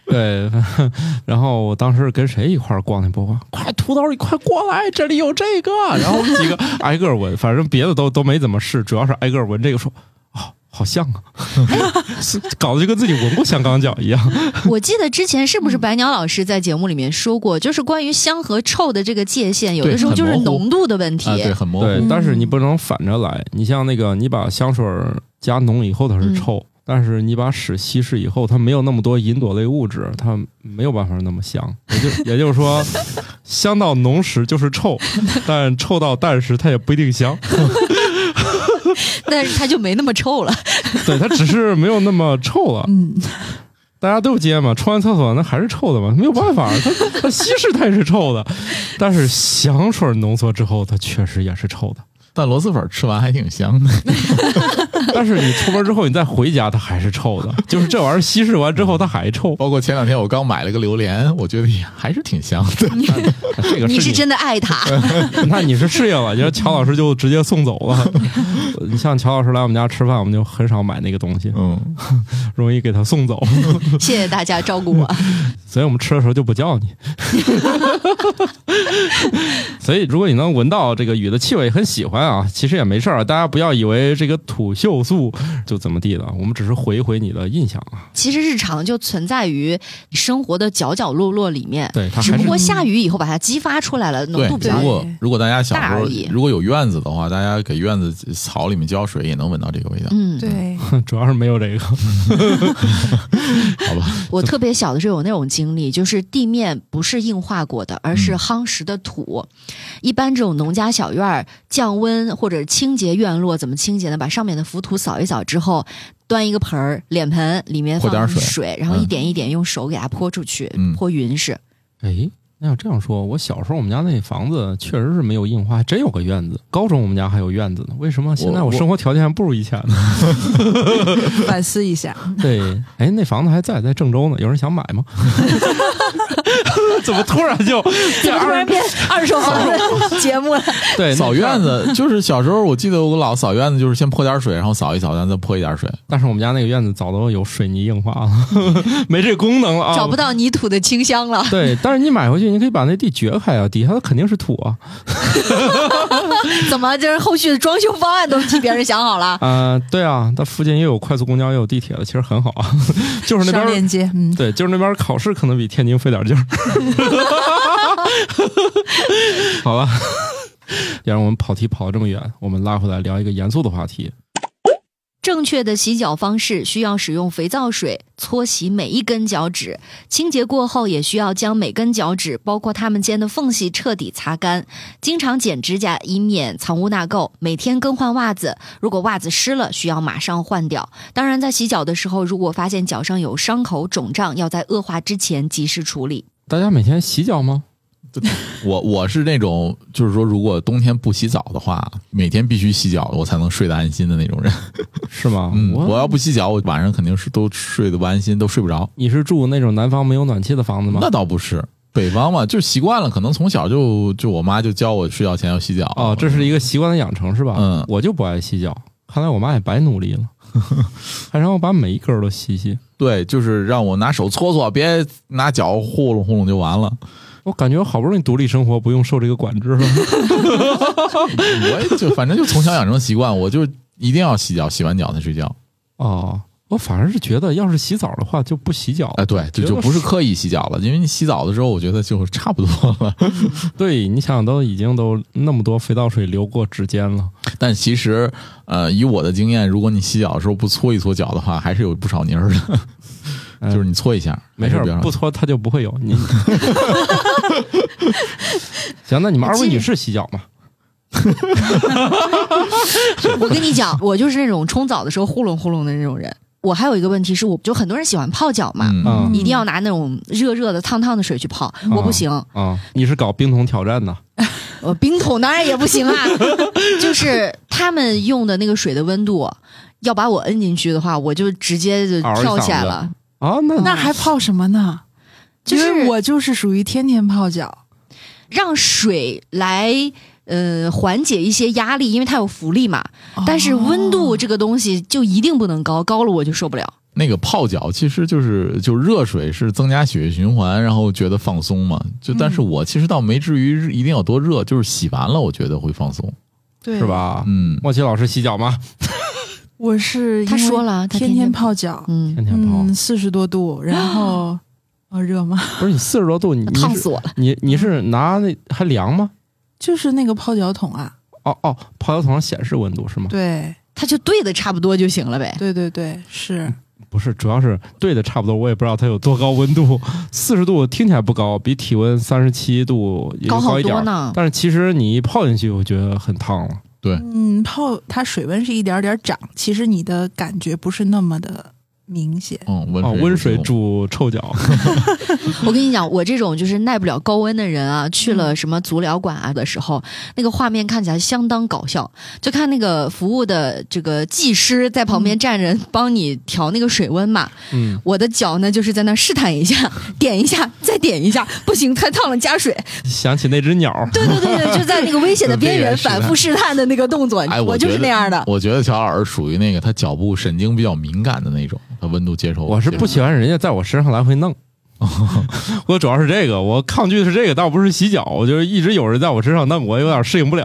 S2: 对。 然后我当时跟谁一块儿逛那博物馆，快土豆，你快过来，这里有这个。 然后我们几个挨个闻，反正别的都都没怎么试，主要是挨个闻这个说。哦，好像啊， 是搞得就跟自己闻过香港脚一样。
S1: 我记得之前是不是白鸟老师在节目里面说 过，就是关于香和臭的这个界限，有的
S4: 对
S1: 时候
S4: 很
S1: 就是
S4: 模糊
S1: 浓度的问题
S4: 啊，。对，很模
S2: 对
S4: 糊，，
S2: 但是你不能反着来。你像那个，你把香水儿加浓以后它是臭，但是你把屎稀释以后，它没有那么多吲哚类物质，它没有办法那么香。也就也就是说，香到浓时就是臭，但臭到淡时它也不一定香。
S1: 但是它就没那么臭 了。
S2: 对，它只是没有那么臭了。
S3: 嗯，
S2: 大家都接嘛，冲完厕所那还是臭的嘛，没有办法，它它稀释它也是臭的，但是香水浓缩之后，它确实也是臭的。
S4: 但螺蛳粉吃完还挺香的。
S2: 但是你出门之后，你再回家，它还是臭的。 就是这玩意儿稀释完之后，它还 臭。
S4: 包括前两天我刚买了个榴莲，我觉得也还是挺香 的。
S2: 这个
S1: 你是
S2: 是
S1: 真的爱 他，
S2: 你， 那你是适应了。你说乔老师就直接送走 了。你像乔老师来我们家吃饭，我们就很少买那个东西，
S4: 嗯，
S2: 容易给他 送走。
S1: 谢谢大家照顾我。
S2: 所以我们吃的时候就不 叫你。所以，如果你能闻到这个雨的气味，很喜欢啊，其实也没事儿。大家不要以为这个土锈素就怎么地了，我们只是回一回你的印象啊。
S1: 其实日常就存在于生活的角角落落里面，
S2: 对，它
S1: 只
S2: 还
S1: 不
S2: 是
S1: 过下雨以后把它激发出来了，浓
S4: 对
S1: 度比，较
S4: 如
S3: 对
S4: 果如果大家小时
S1: 大而
S4: 候
S1: 已
S4: 如果有院子的话，大家给院子草里面浇水也能闻到这个味道，
S1: 嗯，
S3: 对，
S2: 主要是没有这个。
S4: 好吧？
S1: 我特别小的时候有那种经历，就是地面不是硬化过的，而
S4: 嗯
S1: 是夯实的土。一般这种农家小院儿降温或者清洁院落，怎么清洁呢？把上面的浮土扫一扫之后，端一个盆儿，脸盆里面
S4: 泼点
S1: 放
S4: 水
S1: 然后一
S4: 嗯
S1: 点一点用手给它泼出去，
S4: 嗯
S1: 泼匀是。
S2: 哎，那要这样说，我小时候我们家那房子确实是没有硬化，还真有个院子。高中我们家还有院子呢，为什么现在
S4: 我
S2: 我生活条件还不如以前呢？
S3: 反思一下，
S2: 对，哎，那房子还在，在郑州呢，有人想买吗？怎么突然就
S1: 怎么突然变二手房的节目了？
S2: 对
S4: 扫院？子就是小时候，我记得我老扫院子，就是先泼点水，然后扫一扫，然后再泼一点水。
S2: 但是我们家那个院子早都有水泥硬化了，没这功能了啊。
S1: 找不到泥土的清香了。
S2: 对，但是你买回去，你可以把那地掘开啊，底下它肯定是土啊。
S1: 怎么就是后续的装修方案都替别人想好了？
S2: 啊、对啊，它附近又有快速公交，又有地铁了，其实很好啊。 就是那
S3: 上
S2: 边
S3: 链接，嗯，
S2: 对，就是那边考试可能比天津费点劲儿。好吧，要让我们跑题跑这么远，我们拉回来聊一个严肃的话题。
S1: 正确的洗脚方式需要使用肥皂水搓洗每一根脚趾，清洁过后也需要将每根脚趾，包括它们间的缝隙彻底擦干。经常剪指甲，以免藏污纳垢。每天更换袜子，如果袜子湿了，需要马上换掉。当然，在洗脚的时候，如果发现脚上有伤口、肿胀，要在恶化之前及时处理。
S2: 大家每天洗脚吗？
S4: 我我是那种，就是说，如果冬天不洗澡的话，每天必须洗脚，我才能睡得安心的那种人。
S2: 是吗？
S4: 嗯，
S1: 哦
S4: 我要不洗脚，我晚上肯定是都睡得不安心，都睡不着。
S2: 你是住那种南方没有暖气的房子吗？
S4: 那倒不是，北方嘛，就习惯了，可能从小就就我妈就教我睡觉前要洗脚。
S2: 哦，这是一个习惯的养成是吧？
S4: 嗯
S2: 我就不爱洗脚，看来我妈也白努力 了，还让我把每一根儿都洗洗。
S4: 对，就是让我拿手搓搓，别拿脚糊弄糊弄就完了。
S2: 我感觉我好不容易独立生活，不用受这个管制了。
S4: 我也就反正就从小养成习惯，我就一定要洗脚，洗完脚才睡觉。
S2: 哦，我反而是觉得，要是洗澡的话就不洗脚。
S4: 哎，对，就
S2: 觉得
S4: 就不是刻意洗脚了，因为你洗澡的时候，我觉得就差不多了。
S2: 对你想想，都已经都那么多肥皂水流过指尖了。
S4: 但其实，呃，以我的经验，如果你洗脚的时候不搓一搓脚的话，还是有不少泥儿的。
S2: 嗯
S4: 就是你搓一下，
S2: 没事
S4: 还是比
S2: 儿，
S4: 较
S2: 不搓它就不会有 你。行，那你们二位女士洗脚嘛？
S1: 我跟你讲，我就是那种冲澡的时候呼隆呼隆的那种人。我还有一个问题是，我就很多人喜欢泡脚嘛，
S4: 嗯
S2: 啊
S1: 一定要拿那种热热的、烫烫的水去泡。我不行，
S2: 啊，你是搞冰桶挑战的？
S1: 我冰桶当然也不行 啊。就是他们用的那个水的温度，要把我摁进去的话，我就直接就
S2: 嗷一
S1: 跳起来
S2: 嗓子
S1: 了。
S2: 啊，那
S3: 那还泡什么呢？
S1: 就是
S3: 因为我就是属于天天泡脚，
S1: 让水来呃缓解一些压力，因为它有浮力嘛。但是温度
S2: 哦
S1: 这个东西就一定不能高，高了我就受不了。
S4: 那个泡脚其实就是就热水是增加血液循环，然后觉得放松嘛。就但是我其实倒没至于一定有多热，就是洗完了我觉得会放松。
S3: 对
S2: 是？吧？
S4: 嗯，
S2: 莫奇老师洗脚吗？
S3: 我是
S1: 他
S3: 因为
S1: 说了他天
S3: 天
S1: 天
S3: 泡脚，
S1: 嗯，
S2: 天天泡，
S3: 嗯，四十多 度，然后哦热吗？
S2: 不是你四十多度，你你
S1: 烫
S2: 是
S1: 死我了。
S2: 你你是拿那还凉吗？
S3: 就是那个泡脚桶啊，
S2: 哦哦，泡脚桶上显示温度是吗？
S3: 对
S1: 它就对的差不多就行了呗。
S3: 对对对，是
S2: 不是，主要是对的差不多，我也不知道它有多高温度，四十度听起来不高，比体温三十七度也就
S1: 高好
S2: 一点
S1: 多
S2: 儿。
S4: 啊
S1: 呢。
S2: 但是其实你一泡进去，我觉得很烫了。
S3: 嗯，泡它水温是一点点涨，其实你的感觉不是那么的明显。
S4: 嗯，温
S2: 哦，
S4: 水
S2: 温水
S4: 煮
S2: 煮臭 脚，
S1: 我跟你讲，我这种就是耐不了高温的人啊，去了什么足疗馆啊的时候，那个画面看起来相当搞笑。就看那个服务的这个技师在旁边站着，帮你调那个水温嘛。
S2: 嗯，
S1: 我的脚呢，就是在那试探一 下，点一下，再点一下，不行，太烫了，加水。
S2: 想起那只鸟，
S1: 对对对对，就在那个危险的边
S4: 边
S1: 缘
S4: 缘试探
S1: 反复试探的那个动作，
S4: 哎，
S1: 我
S4: 觉
S1: 就
S4: 得
S1: 是那样的。
S4: 我觉得乔老师属于那个他脚部神经比较敏感的那种，他温度接受
S2: 我是不喜欢人家在我身上来回 弄。我主要是这个，我抗拒的是这个，倒不是洗脚，我就是一直有人在我身上弄，我有点适应不 了。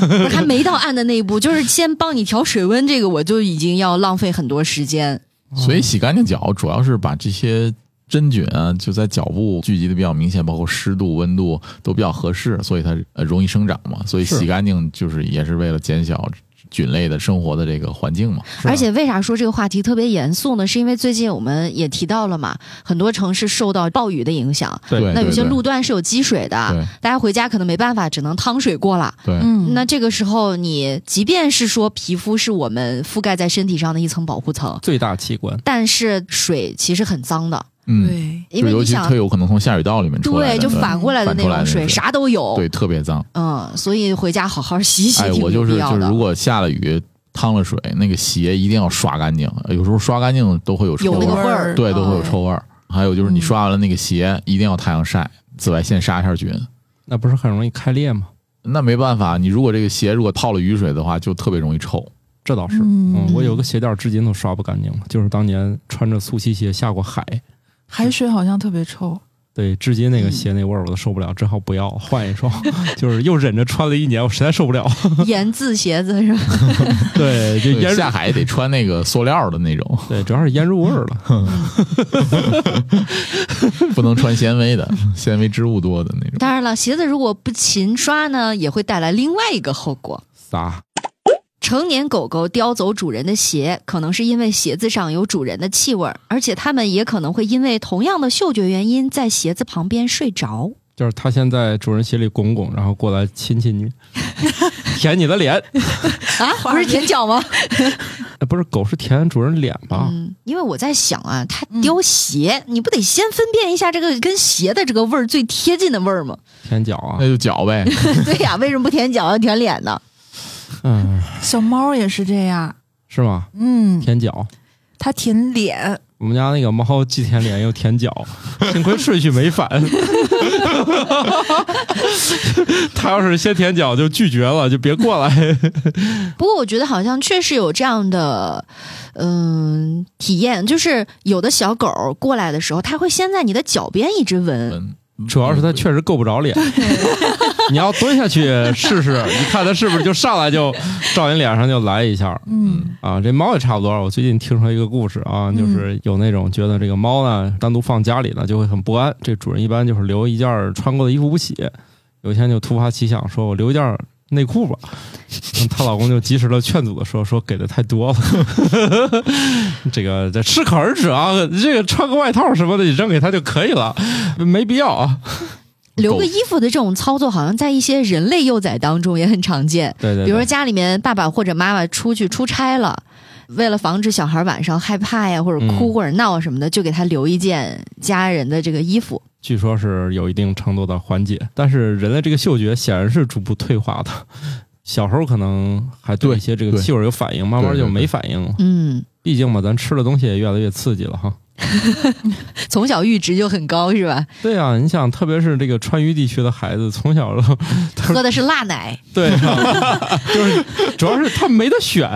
S1: 不是还没到按的那一步，就是先帮你调水温，这个我就已经要浪费很多时间。
S4: 所以洗干净脚主要是把这些真菌啊就在脚部聚集的比较明显，包括湿度、温度都比较合适，所以它呃容易生长嘛。所以
S2: 是
S4: 洗干净就是也是为了减小菌类的生活的这个环境嘛。
S2: 是吧
S1: 而且为啥说这个话题特别严肃呢？是因为最近我们也提到了嘛，很多城市受到暴雨的影响，
S2: 对
S4: 对，
S1: 那有些
S4: 对
S1: 路段是有积水的，
S4: 对
S1: 大家回家可能没办法，只能趟水过了。
S4: 对。
S3: 嗯
S1: 那这个时候你，即便是说皮肤是我们覆盖在身体上的一层保护层，
S2: 最大器官，
S1: 但是水其实很脏的，
S4: 嗯，
S3: 对，
S1: 因为
S4: 就
S1: 你
S4: 尤其
S1: 想
S4: 它，有可能从下水道里面出来
S1: 对，
S4: 的，嗯
S1: 就反过来的
S4: 反
S1: 那
S4: 出来
S1: 种
S4: 的
S1: 水
S4: 水
S1: 啥都有，
S4: 对，特别脏。
S1: 嗯，所以回家好好洗洗
S4: 哎，
S1: 挺
S4: 我
S1: 有
S4: 就是
S1: 必
S4: 就
S1: 要
S4: 是，
S1: 的
S4: 如。果下了雨趟了水，那个鞋一定要刷干净，有时候刷干净都会有臭
S1: 有那
S4: 味
S1: 个
S4: 儿，
S1: 味儿，
S4: 对，都会有
S1: 嗯
S4: 臭味儿。还有就是你刷完了那个鞋，一定要太阳晒，紫外线杀一下菌。
S2: 那不是很容易开裂吗？
S4: 那没办法，你如果这个鞋如果泡了雨水的话，就特别容易臭。
S2: 这倒是，
S3: 嗯
S2: 嗯，我有个鞋垫至今都刷不干净了，就是当年穿着速吸鞋下过海，
S3: 海水好像特别臭。
S2: 对，至今那个鞋那味儿我都受不了，只好不要了换一 双，就是又忍着穿了一年，我实在受不了。
S1: 盐渍鞋子是吧？
S2: 对，就
S4: 对
S2: 腌
S4: 下海得穿那个塑料的那种，
S2: 对，主要是腌入味儿了。
S4: 不能穿纤维的，纤维织物多的那种。
S1: 当然了，鞋子如果不勤刷呢，也会带来另外一个后果。
S2: 仨，
S1: 成年狗狗叼走主人的鞋，可能是因为鞋子上有主人的气味儿，而且它们也可能会因为同样的嗅觉原因，在鞋子旁边睡着。
S2: 就是他先在主人鞋里拱拱，然后过来亲亲你，舔你的脸。
S1: 啊，不是舔脚吗？
S2: 哎不是狗是舔主人脸吧？
S1: 嗯，因为我在想啊，它叼鞋，你不得先分辨一下这个跟鞋的这个味儿最贴近的味儿吗？
S2: 舔脚啊
S4: 那，就脚呗，
S1: 对呀、为什么不舔脚要舔脸呢？
S2: 嗯，
S3: 小猫也是这样，
S2: 是吗？
S3: 嗯，
S2: 舔脚。
S3: 它舔脸，
S2: 我们家那个猫既舔脸又舔脚，幸亏顺序没反。它要是先舔脚就拒绝了，就别过来。
S1: 不过我觉得好像确实有这样的，嗯，体验，就是有的小狗过来的时候，它会先在你的脚边一直闻，
S4: 嗯
S2: 主要是它确实够不着脸，你要蹲下去试试，你看它是不是就上来就照你脸上就来一下。
S3: 嗯
S2: 啊，这猫也差不多。我最近听说一个故事啊，
S3: 嗯
S2: 就是有那种觉得这个猫呢单独放家里呢就会很不安，这主人一般就是留一件儿穿过的衣服不洗。有一天就突发奇想，说我留一件儿内裤吧。嗯她老公就及时的劝阻的说，说给的太多了， 这个这适可而止啊，这个穿个外套什么的你扔给他就可以了，没必要啊。
S1: 留个衣服的这种操作，好像在一些人类幼崽当中也很常见。
S2: 对对
S1: 比如说
S2: 对，
S1: 家里面爸爸或者妈妈出去出差了，为了防止小孩晚上害怕呀，或者哭
S2: 嗯
S1: 或者闹什么的，就给他留一件家人的这个衣服。
S2: 据说是有一定程度的缓解，但是人类这个嗅觉显然是逐步退化的。小时候可能还对
S4: 对
S2: 一些这个
S4: 对
S2: 气味有反应，慢慢
S4: 对对
S2: 就
S4: 对
S2: 没反应了。
S1: 嗯，
S2: 毕竟嘛，咱吃的东西也越来越刺激了哈。
S1: 从小阈值就很高是 吧？
S2: 对啊，你想，特别是这个川渝地区的孩子，从小都
S1: 喝的是辣奶，
S2: 对、啊就是主要是他没得选，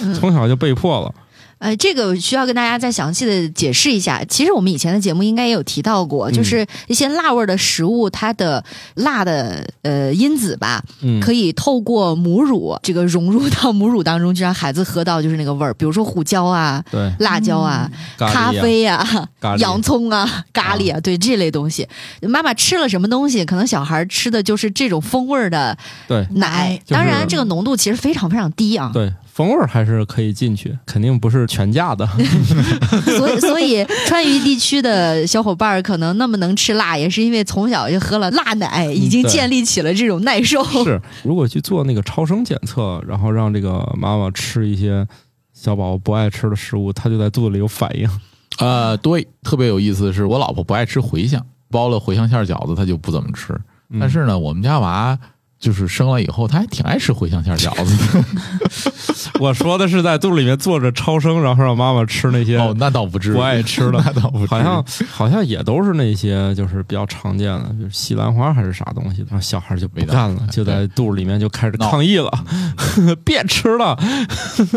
S1: 嗯
S2: 从小就被迫了。
S1: 呃，这个需要跟大家再详细的解释一下。其实我们以前的节目应该也有提到过，
S2: 嗯
S1: 就是一些辣味儿的食物，它的辣的呃因子吧，
S2: 嗯，
S1: 可以透过母乳这个融入到母乳当中，就让孩子喝到就是那个味儿，比如说胡椒啊、
S2: 对，
S1: 辣椒啊、
S2: 咖喱、啊、
S1: 咖啡啊、
S2: 咖
S1: 洋
S2: 喱，
S1: 葱啊、咖喱啊，对这类东西，妈妈吃了什么东西，可能小孩吃的就是这种风味儿的
S2: 对
S1: 奶。
S2: 就是
S1: 当然，这个浓度其实非常非常低啊。
S2: 对，风味儿还是可以进去，肯定不是全价的。
S1: 所以，所以川渝地区的小伙伴儿可能那么能吃辣，也是因为从小就喝了辣奶，已经
S2: 对
S1: 建立起了这种 耐受。
S2: 是，如果去做那个超声检测，然后让这个妈妈吃一些小宝宝不爱吃的食物，他就在肚子里有反应。
S4: 呃，对，特别有意思的是，我老婆不爱吃茴香，包了茴香馅儿饺子她就不怎么吃。但
S2: 嗯
S4: 是呢，我们家娃就是生了以后，她还挺爱吃茴香馅儿饺 子
S2: 我说的是在肚子里面坐着超生，然后让妈妈吃那些
S4: 的。哦，那倒不至于，
S2: 不爱吃的
S4: 那倒不至于。
S2: 好像好像也都是那些就是比较常见的，就是西兰花还是啥东西的，然后小孩就不干
S4: 味道
S2: 了，就在肚子里面就开始
S4: 闹
S2: 抗议了， 别吃了。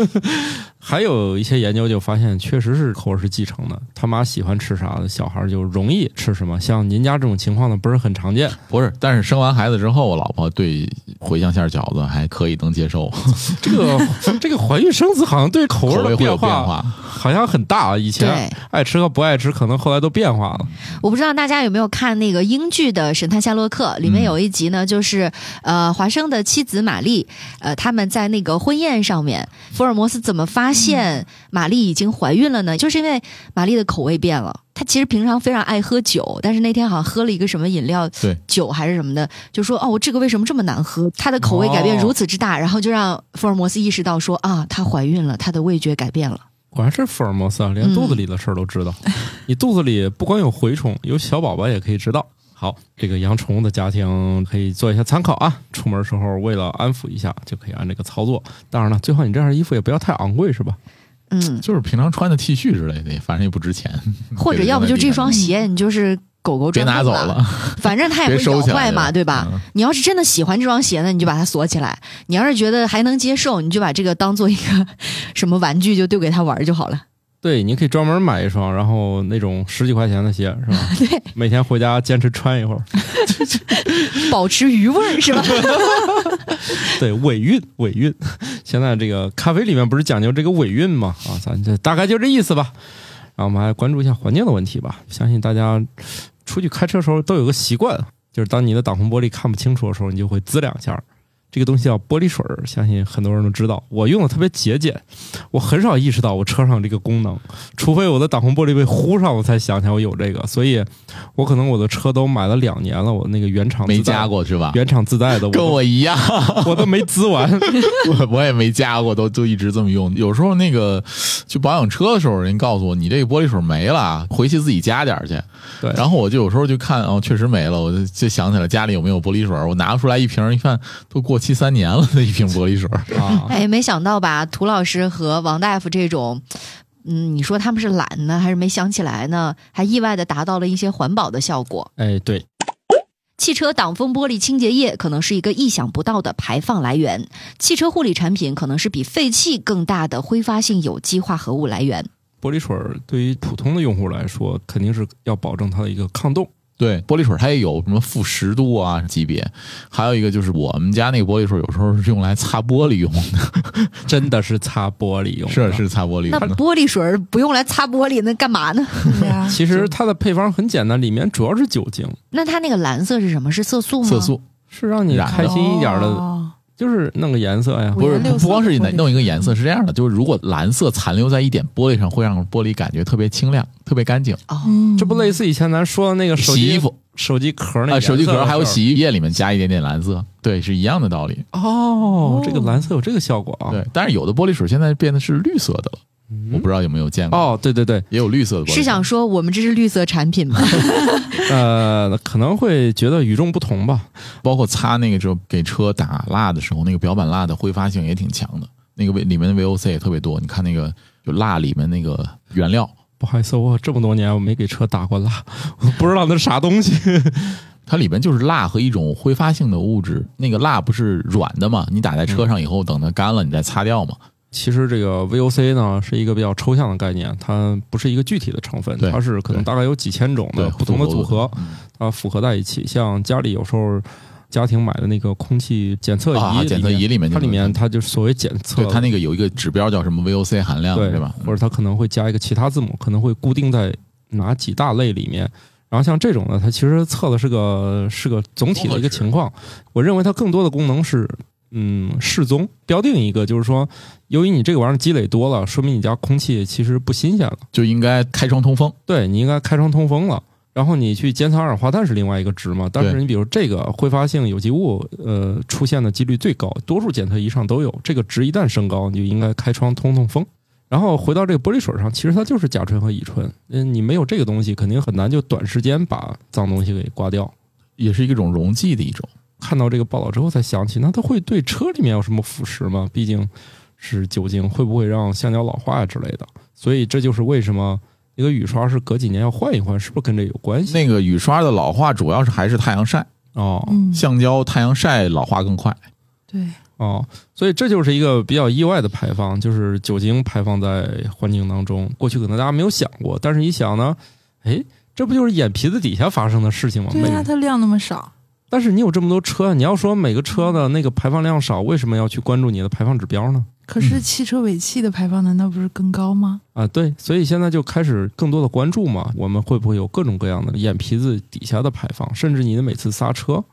S2: 还有一些研究就发现，确实是口味是继承的，他妈喜欢吃啥的，小孩就容易吃什么。像您家这种情况呢，不是很常见。
S4: 不是，但是生完孩子之后，我老婆对茴香馅儿饺子还可以能接受，
S2: 这 个这个怀孕生子好像对口
S4: 口
S2: 味
S4: 味
S2: 的
S4: 会有
S2: 变化
S4: 变化。
S2: 好像很大，以前
S1: 对，
S2: 爱吃和不爱吃可能后来都变化了。
S1: 我不知道大家有没有看那个英剧的《神探夏洛克》，里面有一集呢，就是呃，华生的妻子玛丽，呃，他们在那个婚宴上面，福尔摩斯怎么发
S4: 嗯
S1: 现玛丽已经怀孕了呢？就是因为玛丽的口味变了。她其实平常非常爱喝酒，但是那天好像喝了一个什么饮料，
S4: 对
S1: 酒还是什么的，就说哦，这个为什么这么难喝？她的口味改变如此之大，然后就让福尔摩斯意识到说啊，她怀孕了，她的味觉改变了。
S2: 果然是福尔摩斯，啊，连肚子里的事儿都知道。你肚子里不光有蛔虫，有小宝宝也可以知道。好，这个养宠物的家庭可以做一下参考啊。出门时候为了安抚一下，就可以按这个操作。当然了，最好你这样衣服也不要太昂贵，是吧？
S1: 嗯，
S4: 就是平常穿的 T 恤之类的，反正也不值钱，
S1: 或者要不就这双鞋，你就是狗狗
S4: 别
S1: 专
S4: 拿
S1: 用
S4: 走
S1: 了。
S4: 了，
S1: 反正它也
S4: 别
S1: 不
S4: 收
S1: 会
S4: 起
S1: 咬
S4: 来
S1: 坏嘛，
S4: 了
S1: 对吧？？
S4: 嗯
S1: 你要是真的喜欢这双鞋呢，你就把它锁起来；你要是觉得还能接受，你就把这个当做一个什么玩具，就丢给他玩儿就好 了。
S2: 对，你可以专门买一双，然后那种十几块钱的鞋，是吧？
S1: 对，
S2: 每天回家坚持穿一会儿。
S1: 保持余味儿是吧？
S2: 对，尾韵，尾韵。现在这个咖啡里面不是讲究这个尾韵吗？啊，咱这大概就这意思吧。然后我们还关注一下环境的问题吧。相信大家出去开车的时候都有个习惯，就是当你的挡风玻璃看不清楚的时候，你就会滋两下儿。这个东西叫玻璃水儿，相信很多人都知道。我用的特别节俭，我很少意识到我车上有这个功能，除非我的挡风玻璃被糊上，我才想起来我有这个。所以，我可能我的车都买了两年了，我那个原厂
S4: 没
S2: 自带
S4: 加，过是吧？
S2: 原厂自带的，我
S4: 跟
S2: 都
S4: 我一样，
S2: 我都没滋完。
S4: 我我也没加过，都都一直这么用。有时候那个去保养车的时候，人告诉我你这个玻璃水没了，回去自己加点儿去。
S2: 对
S4: 然后我就有时候就看哦，确实没了，我就就想起来家里有没有玻璃水，我拿出来一瓶，一看都过期三年了的一瓶玻璃水。
S2: 啊，
S1: 哎，没想到吧，涂老师和王大夫这种。嗯，你说他们是懒呢，还是没想起来呢？还意外的达到了一些环保的效果。
S2: 哎，对，
S1: 汽车挡风玻璃清洁液可能是一个意想不到的排放来源，汽车护理产品可能是比废气更大的挥发性有机化合物来源。
S2: 玻璃水儿对于普通的用户来说，肯定是要保证它的一个抗冻。
S4: 对，玻璃水它也有什么负十度啊级别，还有一个就是我们家那个玻璃水有时候是用来擦玻璃用的，
S2: 真的是擦玻璃用
S4: 是。是擦玻璃
S1: 那
S4: 用的。
S1: 玻璃水儿不用来擦玻璃，那干嘛呢？
S3: 对呀
S2: 嗯 其实它的配方很简单，里面主要是酒精，
S1: 那它那个蓝色是什么？是色素吗？
S4: 色。素
S2: 是让你
S4: 染的
S2: 开心一点的，
S3: 哦
S2: 就是弄个颜色呀。
S3: 五
S4: 不是
S3: 颜六
S4: 不
S3: 色
S4: 不光是
S3: 的玻璃
S4: 弄一个颜色，是这样的，就是如果蓝色残留在一点玻璃上，会让玻璃感觉特别清亮、特别干净。
S1: 哦，
S3: 嗯，
S2: 这不类似以前咱说的那个啊手
S4: 洗
S2: 机
S4: 衣服、
S2: 手机壳那
S4: 啊，
S2: 颜色
S4: 手
S2: 的
S4: 机壳还有
S2: 事儿
S4: 洗衣液里面加一点点蓝色，对，是一样的道理。
S2: 哦
S3: 哦，
S2: 这个蓝色有这个效果啊。
S4: 对，但是有的玻璃水现在变得是绿色的了，我不知道有没有见
S2: 嗯
S4: 过，
S2: 哦，对对对，
S4: 也有绿色的玻璃水。
S1: 是想说我们这是绿色产品吗？
S2: 呃，可能会觉得与众不同吧。
S4: 包括擦那个就给车打蜡的时候，那个表板蜡的挥发性也挺强的，那个里面的 VOC 也特别多。你看那个就蜡里面那个原料，
S2: 不好意思，我这么多年我没给车打过蜡，我不知道那是啥东西。
S4: 它里面就是蜡和一种挥发性的物质。那个蜡不是软的嘛，你打在车
S2: 嗯
S4: 上以后，等它干了你再擦掉嘛。
S2: 其实这个 VOC 呢是一个比较抽象的概念，它不是一个具体的成分，
S4: 对
S2: 它是可能
S4: 对
S2: 大概有几千种
S4: 对
S2: 的，不同的组合，
S4: 嗯
S2: 它复合在一起。像家里有时候家庭买的那个空气检测仪里
S4: 啊，
S2: 面，
S4: 检测仪里面就
S2: 它里面
S4: 有
S2: 它就是所谓检测
S4: 对它那个有一个指标叫什么 VOC 含量，
S2: 对
S4: 对吧？
S2: 或者它可能会加一个其他字母，可能会固定在哪几大类里面。然后像这种呢，它其实测的是个是个总体的一个情况。我认为它更多的功能是，嗯，适宗标定一个，就是说，由于你这个玩意儿积累多了，说明你家空气其实不新鲜了，
S4: 就应该开窗通风。
S2: 对你应该开窗通风了。然后你去监测二氧化碳是另外一个值嘛，但是
S4: 对
S2: 你比如这个挥发性有机物，呃，出现的几率最高，多数检测仪上都有。这个值一旦升高，你就应该开窗通通风。然后回到这个玻璃水上，其实它就是甲醇和乙醇。嗯，你没有这个东西，肯定很难就短时间把脏东西给刮掉。
S4: 也是一种溶剂的一种。
S2: 看到这个报道之后才想起，那它会对车里面有什么腐蚀吗？毕竟是酒精，会不会让橡胶老化呀之类的？所以这就是为什么一个雨刷是隔几年要换一换，是不是跟这有关 系？
S4: 那个雨刷的老化主要是还是太阳晒，
S2: 哦
S3: 嗯，
S4: 橡胶太阳晒老化更快。
S3: 对，
S2: 哦，所以这就是一个比较意外的排放，就是酒精排放在环境当中。过去可能大家没有想过，但是一想呢，哎，这不就是眼皮子底下发生的事情吗？
S3: 对
S2: 每
S3: 啊，它量那么少，
S2: 但是你有这么多车，你要说每个车的那个排放量少，为什么要去关注你的排放指标呢？
S3: 可是汽车尾气的排放难道不是更高吗？
S2: 啊，对，所以现在就开始更多的关注嘛，我们会不会有各种各样的眼皮子底下的排放，甚至你的每次刹车，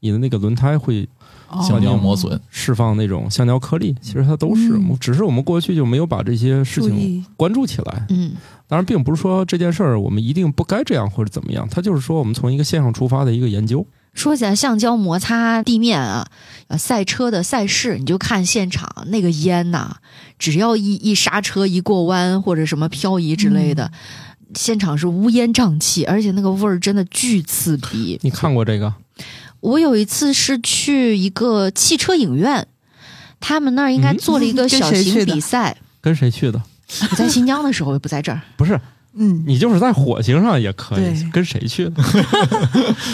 S2: 你的那个轮胎会
S3: 哦
S4: 橡胶磨损，
S2: 释放那种橡胶颗粒，其实它都是，
S3: 嗯
S2: 只是我们过去就没有把这些事
S3: 注
S2: 情
S3: 意，
S2: 关注起来。
S1: 嗯，
S2: 当然，并不是说这件事儿我们一定不该这样或者怎么样，它就是说我们从一个现象出发的一个研究。
S1: 说起来，橡胶摩擦地面啊，呃，赛车的赛事，你就看现场那个烟呐、只要一一刹车、一过弯或者什么漂移之类的，现场是乌烟瘴气，而且那个味儿真的巨刺鼻。
S2: 你看过这个？
S1: 我有一次是去一个汽车影院，他们那儿应该
S2: 嗯
S1: 做了一个
S3: 跟
S1: 小
S3: 谁
S1: 型
S3: 去的
S1: 比赛。
S2: 跟谁去的？
S1: 我在新疆的时候，也不在这儿，
S2: 不是，
S3: 嗯，
S2: 你就是在火星上也可以
S3: 对。
S2: 跟谁去的？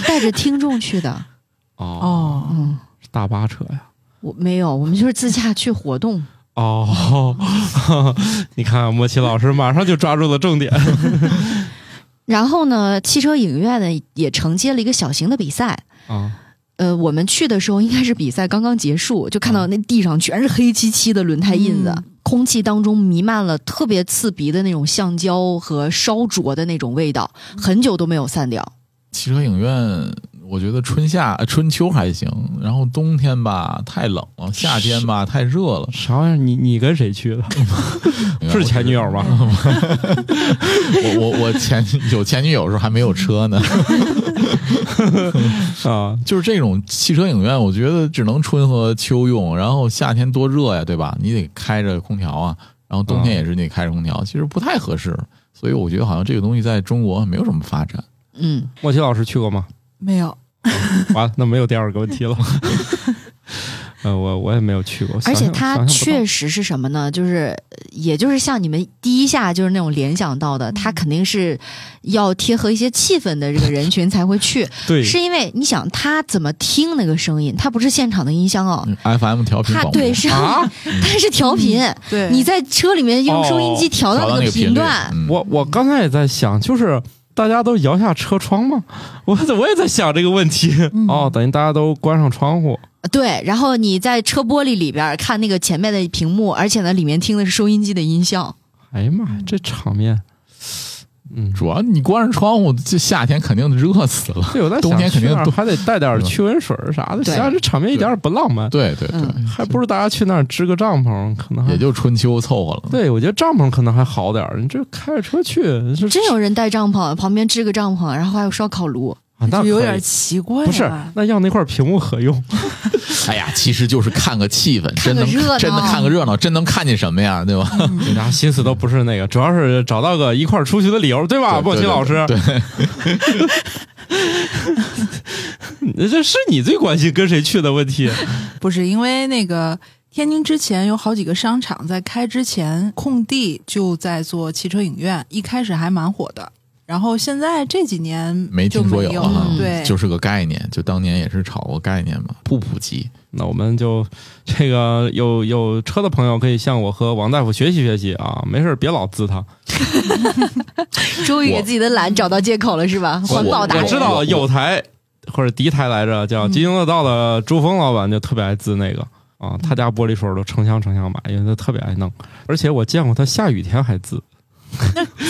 S1: 带着听众去的。
S2: 哦，
S3: 哦，
S1: 嗯，
S2: 是大巴车呀。
S1: 我没有，我们就是自驾去活动。
S2: 哦， 你看莫奇老师马上就抓住了重点。
S1: 然后呢，汽车影院呢也承接了一个小型的比赛。
S2: 啊，
S1: 呃，我们去的时候应该是比赛刚刚结束，就看到那地上全是黑漆漆的轮胎印子，
S3: 嗯
S1: 空气当中弥漫了特别刺鼻的那种橡胶和烧灼的那种味道，很久都没有散掉。
S4: 汽车影院，我觉得春夏、呃春秋还行，然后冬天吧太冷了，夏天吧太热了。
S2: 啥玩意儿？你你跟谁去的？ 是前女友吗？
S4: 我我我前 有前女友的时候还没有车呢，
S2: 啊，
S4: 就是这种汽车影院，我觉得只能春和秋用，然后夏天多热呀，对吧？你得开着空调啊，然后
S1: 嗯
S4: 冬天也是你得开着空调，其实不太合适。所以我觉得好像这个东西在中国没有什么发展。
S1: 嗯，
S2: 莫奇老师去过吗？
S3: 没有，
S2: 完了，那没有第二个问题了。呃，我我也没有去过，
S1: 而且
S2: 想想
S1: 它
S2: 想象不到
S1: 确实是什么呢？就是呃也就是像你们第一下就是那种联想到的，它肯定是要贴合一些气氛的这个人群才会去，
S2: 对
S1: 是因为你想他怎么听那个声音，它不是现场的音箱哦。
S4: 嗯 FM 调频
S1: 它
S4: 广播
S1: 对是，
S2: 啊，
S1: 它是调频，
S3: 对，
S1: 你在车里面用收音机调
S4: 调
S1: 到
S4: 到
S1: 那个
S4: 那个
S1: 频
S4: 频率
S1: 段，，
S4: 嗯
S2: 我我刚才也在想，就是大家都摇下车窗吗？ 我我也在想这个问题。
S3: 嗯
S2: 哦，等于大家都关上窗户。
S1: 对，然后你在车玻璃里边看那个前面的屏幕，而且呢，里面听的是收音机的音效。
S2: 哎呀妈呀，这场面，嗯，
S4: 主要你关上窗户，这夏天肯定热 死了。
S2: 这我在想
S4: 冬天肯定
S2: 去那儿
S4: 都
S2: 还得带点驱蚊水儿啥的。
S1: 对
S2: 想想这场面一点也不浪漫，
S4: 对对对，
S1: 嗯
S2: 还不如大家去那儿支个帐篷，可能还
S4: 也就春秋凑合了。
S2: 对。我觉得帐篷可能还好点儿，你这开着车去，这
S1: 真有人带帐篷，旁边支个帐篷，然后还有烧烤炉。
S2: 啊，那
S3: 就有
S2: 可
S3: 点
S2: 以
S3: 奇怪啊
S2: 不是
S3: 了，
S2: 那要那块屏幕何用？
S4: 哎呀，其实就是看个气氛，
S1: 看
S4: 真
S1: 个
S4: 能
S1: 热闹
S4: 真的看个热闹，真能看见什么呀，对吧？
S3: 嗯
S2: 人家心思都不是那个，主要是找到个一块儿出去的理由，对吧？
S1: 啊
S4: 对
S2: 莫奇
S4: 对对
S2: 老师，
S4: 对，
S2: 这是你最关心跟谁去的问 题。
S3: 不是因为那个天津之前有好几个商场在开之前空地就在做汽车影院，一开始还蛮火的，然后现在这几年
S4: 没
S3: 就
S4: 听说
S3: 没有
S4: 有啊
S1: 嗯，
S3: 对，
S4: 就是个概念，就当年也是炒过概念嘛，不普及。
S2: 那我们就这个有有车的朋友可以向我和王大夫学习学习啊，没事儿别老滋他。
S1: 终于给自己的懒找到借口了，是吧？
S4: 我
S1: 环保达
S2: 我
S1: 人，
S2: 知道有台或者敌台来着，叫
S3: 嗯
S2: 金星乐道的朱峰老板就特别爱滋那个啊，他家玻璃水都成箱成箱买，因为他特别爱弄，而且我见过他下雨天还滋，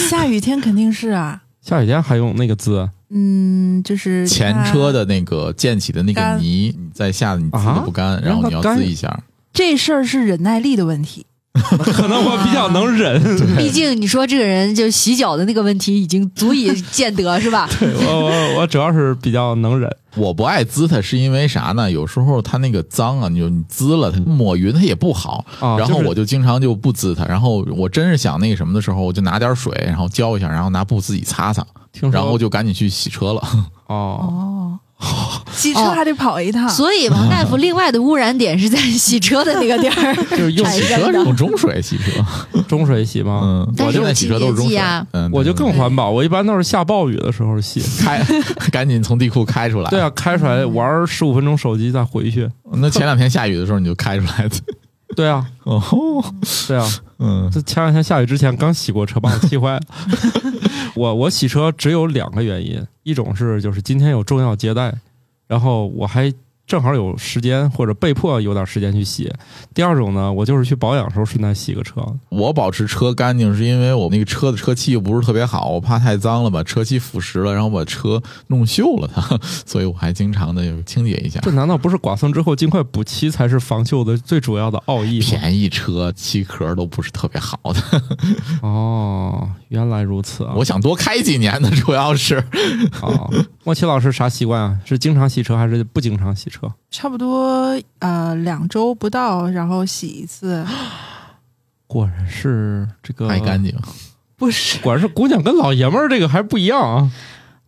S3: 下雨天肯定是啊，
S2: 下雨天还用那个滋
S3: 嗯，就是
S4: 前
S3: 它
S4: 车的那个溅起的那个
S3: 干
S4: 泥，你再下你滋的不干，然后你要滋一下。
S3: 这事儿是忍耐力的问题，
S2: 可能我比较能忍，
S1: 毕竟你说这个人就洗脚的那个问题已经足以见得是吧？
S2: 对 我我我主要是比较能忍。
S4: 我不爱滋它，是因为啥呢？有时候它那个脏啊，你就你滋了它，抹匀它也不好。
S2: 啊
S4: 然后
S2: 就是
S4: 我就经常就不滋它。然后我真是想那个什么的时候，我就拿点水，然后浇一下，然后拿布自己擦擦，
S2: 听说
S4: 然后就赶紧去洗车了。
S2: 哦，
S3: 哦，骑车还得跑一趟，
S1: 所以王大夫另外的污染点是在洗车的那个地儿。
S2: 就是用
S1: 产
S4: 洗
S1: 生
S4: 车
S1: 的
S4: 是用中水洗车，
S2: 中水洗吗？
S4: 嗯，
S1: 但
S4: 我
S1: 是
S4: 现在
S1: 有
S4: 洗车都是中
S1: 清洁剂
S4: 水
S1: 啊。
S4: 嗯，
S2: 我就
S4: 对嗯
S2: 更环保，我一般都是下暴雨的时候洗。
S4: 开， 赶紧从地库开出来。
S2: 对啊，开出来玩十五分钟手机再回去。
S4: 那前两天下雨的时候你就开出来。
S2: 对啊，
S4: 哦，
S2: 对啊，
S4: 嗯
S2: 这前两天下雨之前刚洗过车，把我气坏了。 我我洗车只有两个原因，一种是就是今天有重要接待，然后我还正好有时间或者被迫有点时间去洗；第二种呢，我就是去保养的时候顺带洗个车。
S4: 我保持车干净是因为我那个车的车漆又不是特别好，我怕太脏了把车漆腐蚀了，然后把车弄锈了它， 所以我还经常的清洁一下。
S2: 这难道不是剐蹭之后尽快补漆才是防锈的最主要的奥义吗？
S4: 便宜车漆壳都不是特别好的，
S2: 哦，原来如此啊！
S4: 我想多开几年的，主要是
S2: 哦，莫奇老师啥习惯啊？是经常洗车还是不经常洗车？
S3: 差不多呃两周不到，然后洗一次，
S2: 果然是这
S3: 嗯
S2: 个
S4: 爱干净。
S3: 不是
S2: 果然是姑娘跟老爷们儿这个还不一样啊！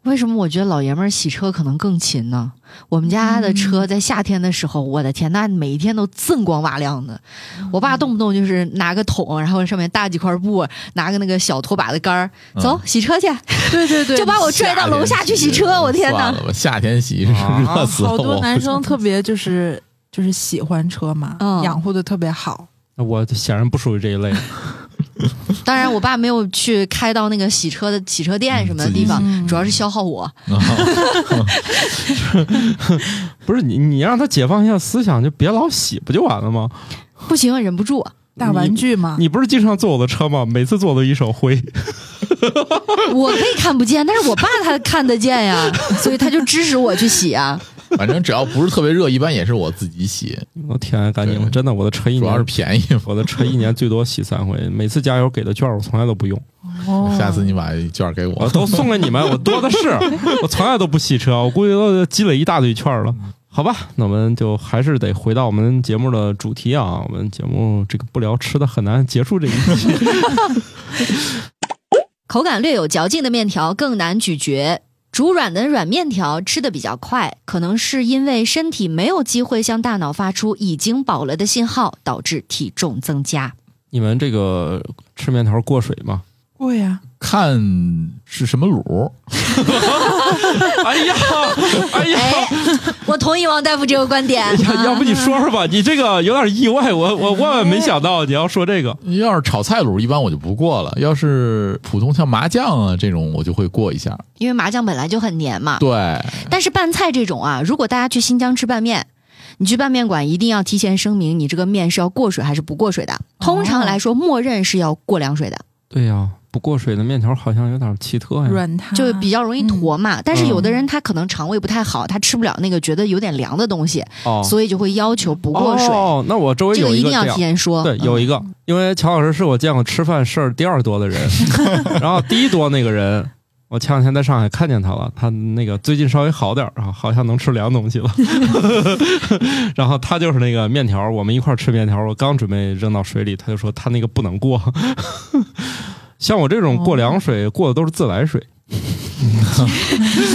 S1: 为什么我觉得老爷们儿洗车可能更勤呢？我们家的车在夏天的时候，我的天，那每一天都锃光瓦亮的。我爸动不动就是拿个桶，然后上面搭几块布，拿个那个小拖把的杆儿，
S2: 嗯
S1: 走、洗车去，
S3: 对对对，
S1: 就把我拽到楼下去洗
S2: 哎
S1: 车。我天
S4: 哪
S1: 哪！！
S4: 夏天洗是
S2: 啊
S4: 热死了
S3: 好多
S4: 我。
S3: 男生特别就是就是喜欢车嘛，
S1: 嗯
S3: 养护的特别好。
S2: 那我显然不属于这一类。
S1: 当然，我爸没有去开到那个洗车的洗车店什么的地方，
S3: 嗯自己洗
S1: 主要是消耗 我。
S4: 嗯
S2: 不是你，你让他解放一下思想，就别老洗，不就完了吗？
S1: 不行，忍不住。
S3: 大玩具嘛，
S2: 你不是经常坐我的车吗？每次坐都一手灰。
S1: 我可以看不见，但是我爸他看得见呀， 所以他就支持我去洗啊。
S4: 反正只要不是特别热，一般也是我自己洗，
S2: 我天啊，干净了！
S4: 对
S2: 真的，我的车一
S4: 主要是
S2: 年，
S4: 便宜嘛。
S2: 我的车一年最多洗三回，每次加油给的券儿我从来都不用，
S3: 哦
S4: 下次你把券给
S2: 我
S4: 我，
S2: 都送给你 们，我多的是，我从来都不洗车，我估计都积累一大堆券儿了。
S4: 嗯
S2: 好吧，那我们就还是得回到我们节目的主题啊，我们节目这个不聊吃的很难结束这一 期。
S1: 口感略有嚼劲的面条更难咀嚼。煮软的软面条吃的比较快，可能是因为身体没有机会向大脑发出已经饱了的信号，导致体重增加。
S2: 你们这个吃面条过水吗？
S3: 贵啊呀、
S4: 看是什么卤。
S2: 哎呀，哎呀，
S1: 哎，我同意王大夫这个观点。啊
S2: 要要不你说说吧，你这个有点意外，我我万万没想到你要说这个。
S4: 要是炒菜卤，一般我就不过了；要是普通像麻酱啊这种，我就会过一下。
S1: 因为麻酱本来就很黏嘛。
S4: 对，
S1: 但是拌菜这种啊，如果大家去新疆吃拌面，你去拌面馆一定要提前声明你这个面是要过水还是不过水的。
S2: 哦
S1: 通常来说，默认是要过凉水的，
S2: 对呀、不过水的面条好像有点奇特呀。
S3: 软塌
S1: 就比较容易坨嘛。
S2: 嗯
S1: 但是有的人他可能肠胃不太好，他吃不了那个觉得有点凉的东西，
S2: 哦，
S1: 所以就会要求不过水。
S2: 哦，那我周围
S1: 这
S2: 有
S1: 一
S2: 个
S1: 定要
S2: 这
S1: 提
S2: 样。
S1: 前说。
S2: 对，有一个，
S1: 嗯
S2: 因为乔老师是我见过吃饭事儿第二多 的人，然后第一多那个人，我前两天在上海看见他了，他那个最近稍微好点儿啊，好像能吃凉东 西了。然后他就是那个面条儿，我们一块儿吃面条儿，我刚准备扔到水里，他就说他那个不能过。像我这种过凉
S1: 哦
S2: 水，过的都是自来水。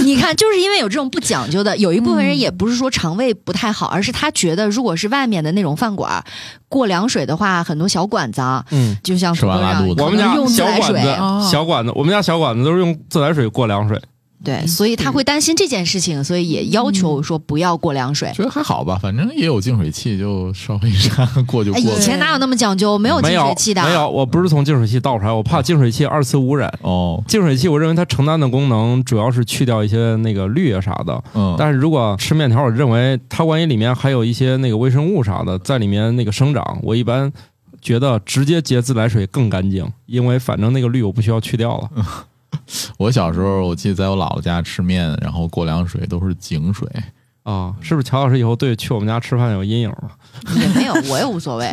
S1: 你看，就是因为有这种不讲究的，有一部分人也不是说肠胃不太
S2: 嗯
S1: 好，而是他觉得如果是外面的那种饭馆儿过凉水的话，很多小馆子啊，
S2: 嗯，
S1: 就像
S4: 吃完拉肚子
S2: 我们家
S1: 用自
S2: 小
S1: 来
S2: 馆
S1: 水，哦
S2: 子，小馆子，我们家小馆子都是用自来水过凉水。
S1: 对，所以他会担心这件事情，所以也要求说不要过凉水。
S4: 觉得还好吧，反正也有净水器，就稍微啥过就
S1: 哎，
S4: 过
S1: 以
S4: 了。
S1: 前哪有那么讲究？没有哦净
S2: 没有
S1: 水器的，啊
S2: 没有，我不是从净水器倒出来，我怕净水器二次污染。
S4: 哦，
S2: 净水器，我认为它承担的功能主要是去掉一些那个氯啊啥的。
S4: 嗯，
S2: 但是如果吃面条，我认为它万一里面还有一些那个微生物啥的在里面那个生长，我一般觉得直接接自来水更干净，因为反正那个氯我不需要去掉了。
S4: 嗯我小时候我记得在我姥姥家吃面，然后过凉水都是井水，
S2: 啊，是不是乔老师以后对去我们家吃饭有阴影了？
S1: 也没有，我也无所 谓。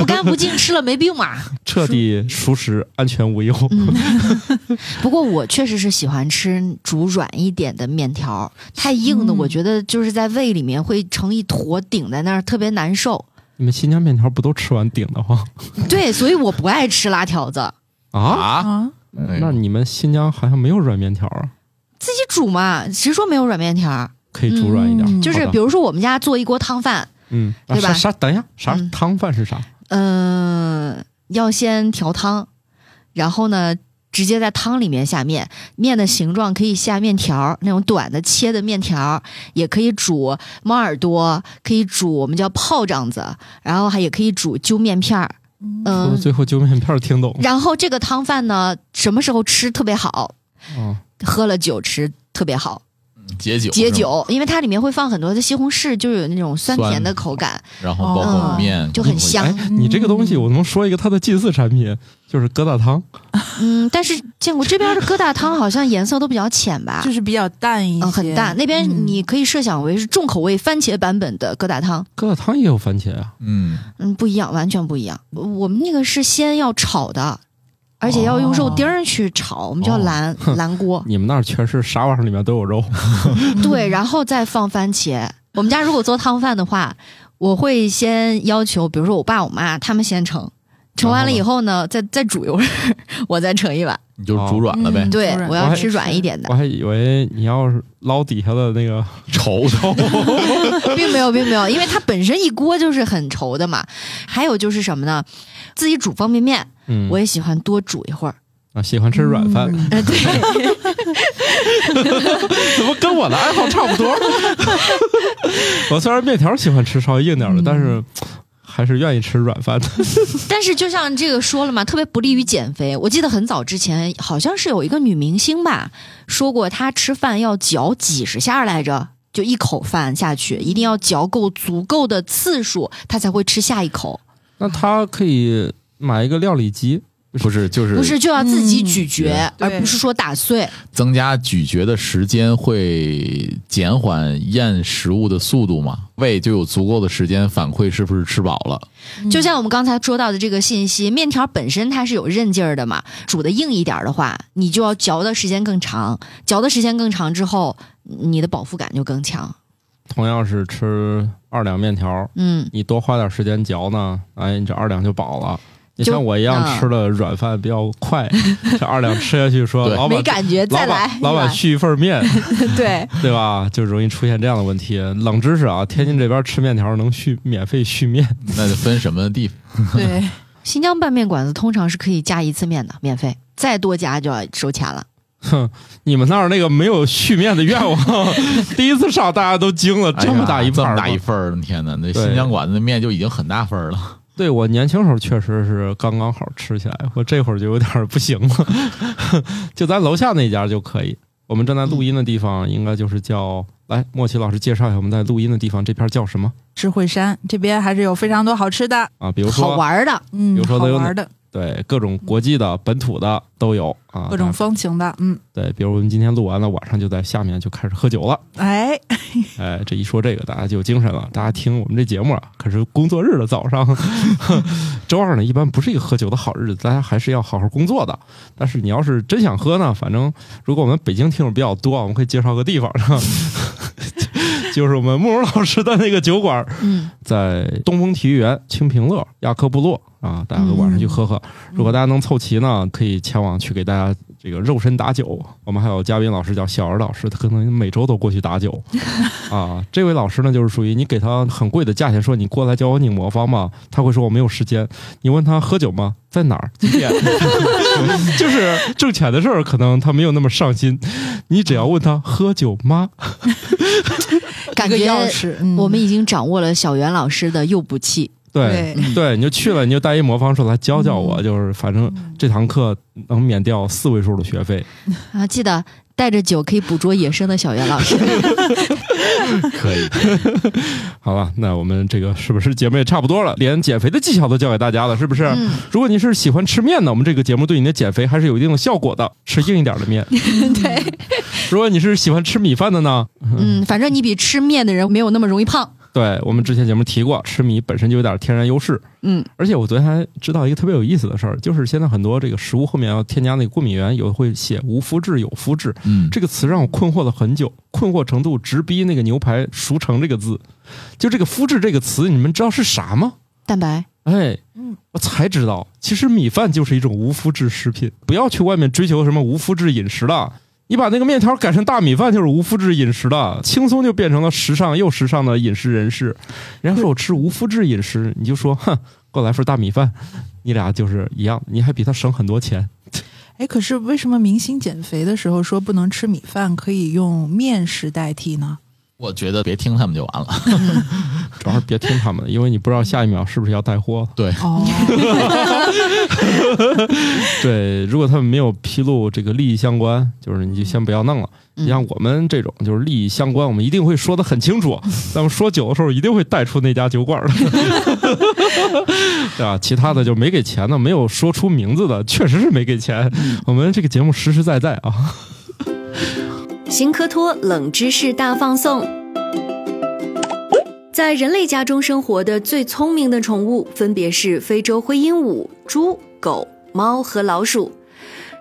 S6: 不干不净吃了没病嘛。
S2: 彻底熟食，安全无忧。
S1: 嗯 不过我确实是喜欢吃煮软一点的面条，太硬的
S3: 嗯
S1: 我觉得就是在胃里面会成一坨顶在那儿，特别难受。
S2: 你们新疆面条不都吃完顶的慌
S1: 对，所以我不爱吃辣条子，
S2: 啊？
S4: 啊，
S3: 啊，
S4: 哎
S2: 那你们新疆好像没有软面条啊？
S1: 自己煮嘛，谁说没有软面条儿？
S2: 可以煮软一点，
S3: 嗯
S1: 就是
S2: 好
S1: 比
S2: 的
S1: 如说我们家做一锅汤饭，
S2: 嗯，啊
S1: 对吧
S2: 啥啥？等一下，啥
S1: 嗯
S2: 汤饭是啥？
S1: 嗯、要先调汤，然后呢，直接在汤里面下面，面的形状可以下面条儿，那种短的切的面条儿，也可以煮猫耳朵，可以煮我们叫炮仗子，然后还也可以煮揪面片儿，
S2: 说到
S1: 嗯、
S2: 最后揪面片儿听懂
S1: 然后这个汤饭呢，什么时候吃特别好，
S2: 啊？
S1: 喝了酒吃特别好，
S4: 解酒
S1: 解
S4: 是吗，
S1: 酒，因为它里面会放很多的西红柿，就有那种酸
S4: 酸
S1: 甜的口感，
S4: 然后包
S1: 哦
S4: 括面
S1: 就很香
S2: 哎，你这个东西我能说一个它的祭祀产品，就是疙瘩汤。
S1: 嗯，但是建国这边的疙瘩汤好像颜色都比较浅吧，
S3: 就是比较淡一些，
S1: 嗯，很淡。那边
S3: 嗯
S1: 你可以设想为是重口味番茄版本的疙瘩汤，
S2: 疙瘩汤也有番茄啊？
S4: 嗯，
S1: 嗯，不一样，完全不一样。我我们那个是先要炒的，而且要用
S3: 哦
S1: 肉丁儿去炒，我们叫
S2: 哦
S1: 蓝、蓝锅，
S2: 你们那儿全是啥玩意儿里面都有肉，
S1: 对，然后再放番茄。我们家如果做汤饭的话，我会先要求，比如说我爸我妈他们先盛，盛完
S3: 哦
S1: 了以后呢，再再煮一会儿， 我再盛一碗。
S4: 你
S2: 哦
S4: 就煮软了呗
S3: 嗯，
S1: 对
S3: 煮，软
S1: 我
S2: 我
S1: 要
S2: 还
S1: 吃软一 点的
S2: 我，还以为你要是捞底下的那个
S1: 嗯
S4: 稠稠，
S1: 并没有，并没有，因为它本身一锅就是很稠的嘛。还有就是什么呢？自己煮方便面，
S2: 嗯，
S1: 我也喜欢多煮一会儿。
S2: 啊喜欢吃软饭，
S3: 嗯
S1: 哎，对，
S2: 怎么跟我的爱好差不多？ 我虽然面条喜欢吃稍微硬点儿的，但是还是愿意吃软饭的。
S1: 但是就像这个说了嘛，特别不利于减肥。我记得很早之前，好像是有一个女明星吧，说过她吃饭要嚼几十下来着。就一口饭下去，一定要嚼够足够的次数，她才会吃下一口。
S2: 那他可以买一个料理机，
S4: 不是就是
S1: 不是就要自己
S3: 嗯
S1: 咀嚼，
S3: 对
S1: 而不是说打碎。
S4: 增加咀嚼的时间会减缓咽食物的速度嘛？胃就有足够的时间反馈是不是吃饱 了。
S1: 就像我们刚才说到的这个信息，面条本身它是有韧劲儿的嘛，煮的硬一点儿的话，你就要嚼的时间更长，嚼的时间更长之后，你的饱腹感就更强。
S2: 同样是吃二两面条，
S1: 嗯，
S2: 你多花点时间嚼呢，哎，你这二两就饱了。你
S1: 就嗯
S2: 像我一样吃的软饭比较快，这二两吃下去说，
S4: 对
S2: 老板
S1: 没感觉，再
S2: 老
S1: 来
S2: 板
S1: 一
S2: 老板
S1: 碗，
S2: 续一份面，
S1: 对，
S2: 对吧？就容易出现这样的问题。冷知识啊，天津这边吃面条能续免费续面，
S4: 那就分什么地方？
S3: 对，
S1: 新疆拌面馆子通常是可以加一次面的，免费，再多加就要收钱了。
S2: 哼，你们那儿那个没有续面的愿望， 第一次上大家都惊了，这么大一份
S4: 份哎这
S2: 儿
S4: 么
S2: 吗，
S4: 大一份儿，天哪！那
S2: 对
S4: 新疆馆子的面就已经很大份儿了。
S2: 对我年轻时候确实是刚刚好吃起来，我这会儿就有点儿不行了， 就咱楼下那家就可以。我们正在录音的地方应该就是叫来，莫奇老师介绍一下我们在录音的地方这片儿叫什么
S3: 智慧山这边还是有非常多好吃的，
S2: 啊？比如
S1: 好
S2: 说
S1: 玩儿的，
S3: 嗯，
S2: 比如说
S3: 好
S2: 都有
S3: 玩的，
S2: 对各种国际的、本土的都有啊，
S3: 各种风情的，嗯，
S2: 对，比如我们今天录完了，晚上就在下面就开始喝酒了。
S3: 哎，
S2: 哎，这一说这个，大家就有精神了。大家听我们这节目啊，可是工作日的早上， 周二呢一般不是一个喝酒的好日子，大家还是要好好工作的。但是你要是真想喝呢，反正如果我们北京听众比较多，我们可以介绍个地方， 就是 我们慕容老师的那个酒馆，
S1: 嗯，
S2: 在东风体育园清平乐亚克部落啊，大家都晚上去喝喝。如果大家能凑齐呢，可以前往去给大家这个肉身打酒。我们还有嘉宾老师叫小儿老师，他可能每周都过去打酒啊。这位老师呢，就是属于你给他很贵的价钱，说你过来教我拧魔方嘛，他会说我没有时间。你问他喝酒吗？在哪儿？几点？就是挣钱的事儿，可能他没有那么上心。你只要问他喝酒吗？
S1: 感
S3: 一个
S1: 觉
S3: 钥匙，嗯
S1: 我们已经掌握了小袁老师的诱捕器。
S2: 对
S3: 对，
S2: 对，你就去了，你就带一魔方说来教教我，就是反正这堂课能免掉四位数的学费。
S1: 啊，记得带着酒可以捕捉野生的小袁老师。
S4: 可以，
S2: 好吧，那我们这个是不是节目也差不多了？连减肥的技巧都教给大家了，是不是？
S1: 嗯
S2: 如果你是喜欢吃面呢，我们这个节目对你的减肥还是有一定的效果的，吃硬一点的面。对。如果你是喜欢吃米饭的呢，
S1: 嗯，反正你比吃面的人没有那么容易胖。
S2: 对我们之前节目提过，吃米本身就有点天然优势。
S1: 嗯，
S2: 而且我昨天还知道一个特别有意思的事儿，就是现在很多这个食物后面要添加那个过敏源，有的会写无麸质、有麸质
S4: 嗯，
S2: 这个词让我困惑了很久，困惑程度直逼那个牛排“熟成”这个字。就这个“麸质”这个词，你们知道是啥吗？
S1: 蛋白，
S2: 哎
S3: 嗯，
S2: 我才知道，其实米饭就是一种无麸质食品。不要去外面追求什么无麸质饮食了，你把那个面条改成大米饭就是无麸质饮食了，轻松就变成了时尚又时尚的饮食人士。人家说我吃无麸质饮食，你就说哼，给我来份大米饭，你俩就是一样，你还比他省很多钱。
S3: 哎，可是为什么明星减肥的时候说不能吃米饭，可以用面食代替呢？
S4: 我觉得别听他们就完了。
S2: 主要是别听他们的，因为你不知道下一秒是不是要带货。
S4: 对，
S3: 哦，
S2: 对，如果他们没有披露这个利益相关，就是你就先不要弄了。
S1: 嗯
S2: 你像我们这种就是利益相关，我们一定会说的很清 楚。咱们说酒的时候一定会带出那家酒馆的，对吧？其他的就没给钱的，没有说出名字的，确实是没给钱。
S1: 嗯
S2: 我们这个节目实实在在啊，
S5: 新科托冷知识大放送。在人类家中生活的最聪明的宠物分别是非洲灰鹦鹉、猪、狗、猫和老鼠。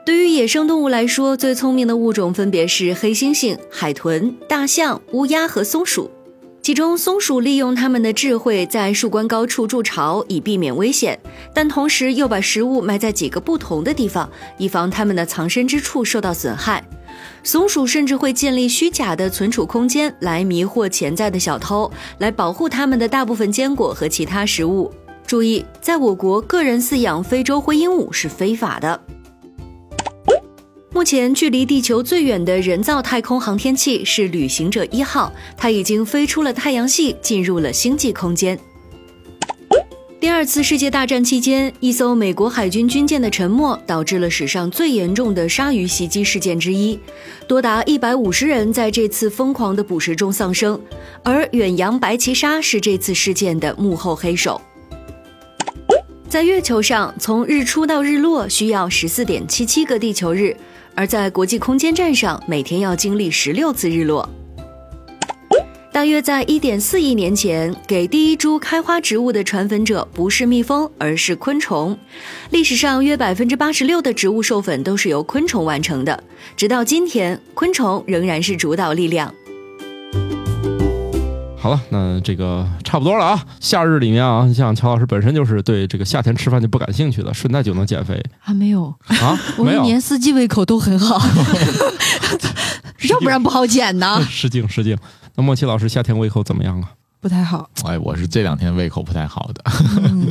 S5: 对于野生动物来说，最聪明的物种分别是黑猩猩、海豚、大象、乌鸦和松鼠。其中，松鼠利用它们的智慧在树冠高处筑巢，以避免危险，但同时又把食物埋在几个不同的地方，以防它们的藏身之处受到损害。松鼠甚至会建立虚假的存储空间来迷惑潜在的小偷，来保护它们的大部分坚果和其他食物。注意，在我国，个人饲养非洲灰鹦鹉是非法的。目前，距离地球最远的人造太空航天器是旅行者一号，它已经飞出了太阳系，进入了星际空间。第二次世界大战期间，一艘美国海军军舰的沉没导致了史上最严重的鲨鱼袭击事件之一。多达一百五十人在这次疯狂的捕食中丧生，而远洋白鳍鲨是这次事件的幕后黑手。在月球上，从日出到日落需要十四点七七个地球日，而在国际空间站上，每天要经历十六次日落。大约在一点四亿年前，给第一株开花植物的传粉者不是蜜蜂，而是昆虫。历史上约百分之八十六的植物授粉都是由昆虫完成的。直到今天，昆虫仍然是主导力量。
S2: 好了，那这个差不多了啊。夏日里面啊，像乔老师本身就是对这个夏天吃饭就不感兴趣的，顺带就能减肥
S1: 啊，没有，
S2: 啊？
S1: 我
S2: 没
S1: 一
S2: 有，
S1: 年四季胃口都很好， 要不然不好减 呢。
S2: 失敬失敬。那莫奇老师夏天胃口怎么样啊？
S3: 不太好。
S4: 哎，我是这两天胃口不太好的，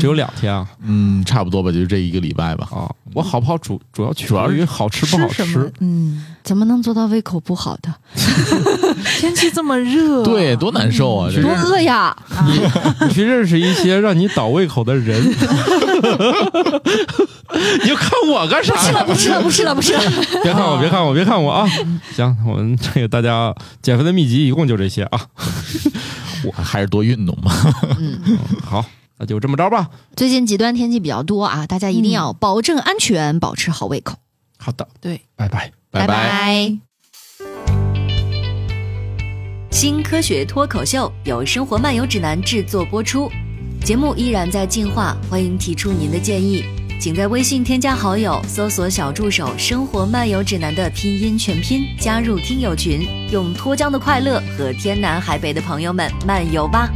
S2: 只有两天啊。
S4: 嗯，差不多吧，就是这一个礼拜吧。
S2: 啊，我好不好主主要取
S4: 主要
S2: 决于好吃不好
S3: 什么
S2: 吃。？
S3: 嗯，
S1: 怎么能做到胃口不好的？
S3: 天气这么
S2: 哦
S3: 热，
S4: 对，多难受
S2: 嗯
S4: 啊！这
S1: 多
S4: 是
S1: 饿呀！
S2: 你去认识一些让你倒胃口的人，你就看我干啥
S1: 不吃了，
S2: 呀？
S1: 不吃了，不吃了，不吃了。
S2: 别看我，别看我，别看我啊！行，我们这个大家减肥的秘籍一共就这些啊。
S4: 我还是多运动吧。
S2: 嗯好，那就这么着吧。
S1: 最近极端天气比较多啊，大家
S4: 嗯
S1: 一定要保证安全，保持好胃口。
S2: 好的，
S3: 对，
S2: 拜拜。
S4: 拜拜。
S1: 拜。
S5: 新科学脱口秀由生活漫游指南制作播出，节目依然在进化，欢迎提出您的建议，请在微信添加好友，搜索小助手“生活漫游指南”的拼音全拼，加入听友群，用脱缰的快乐和天南海北的朋友们漫游吧。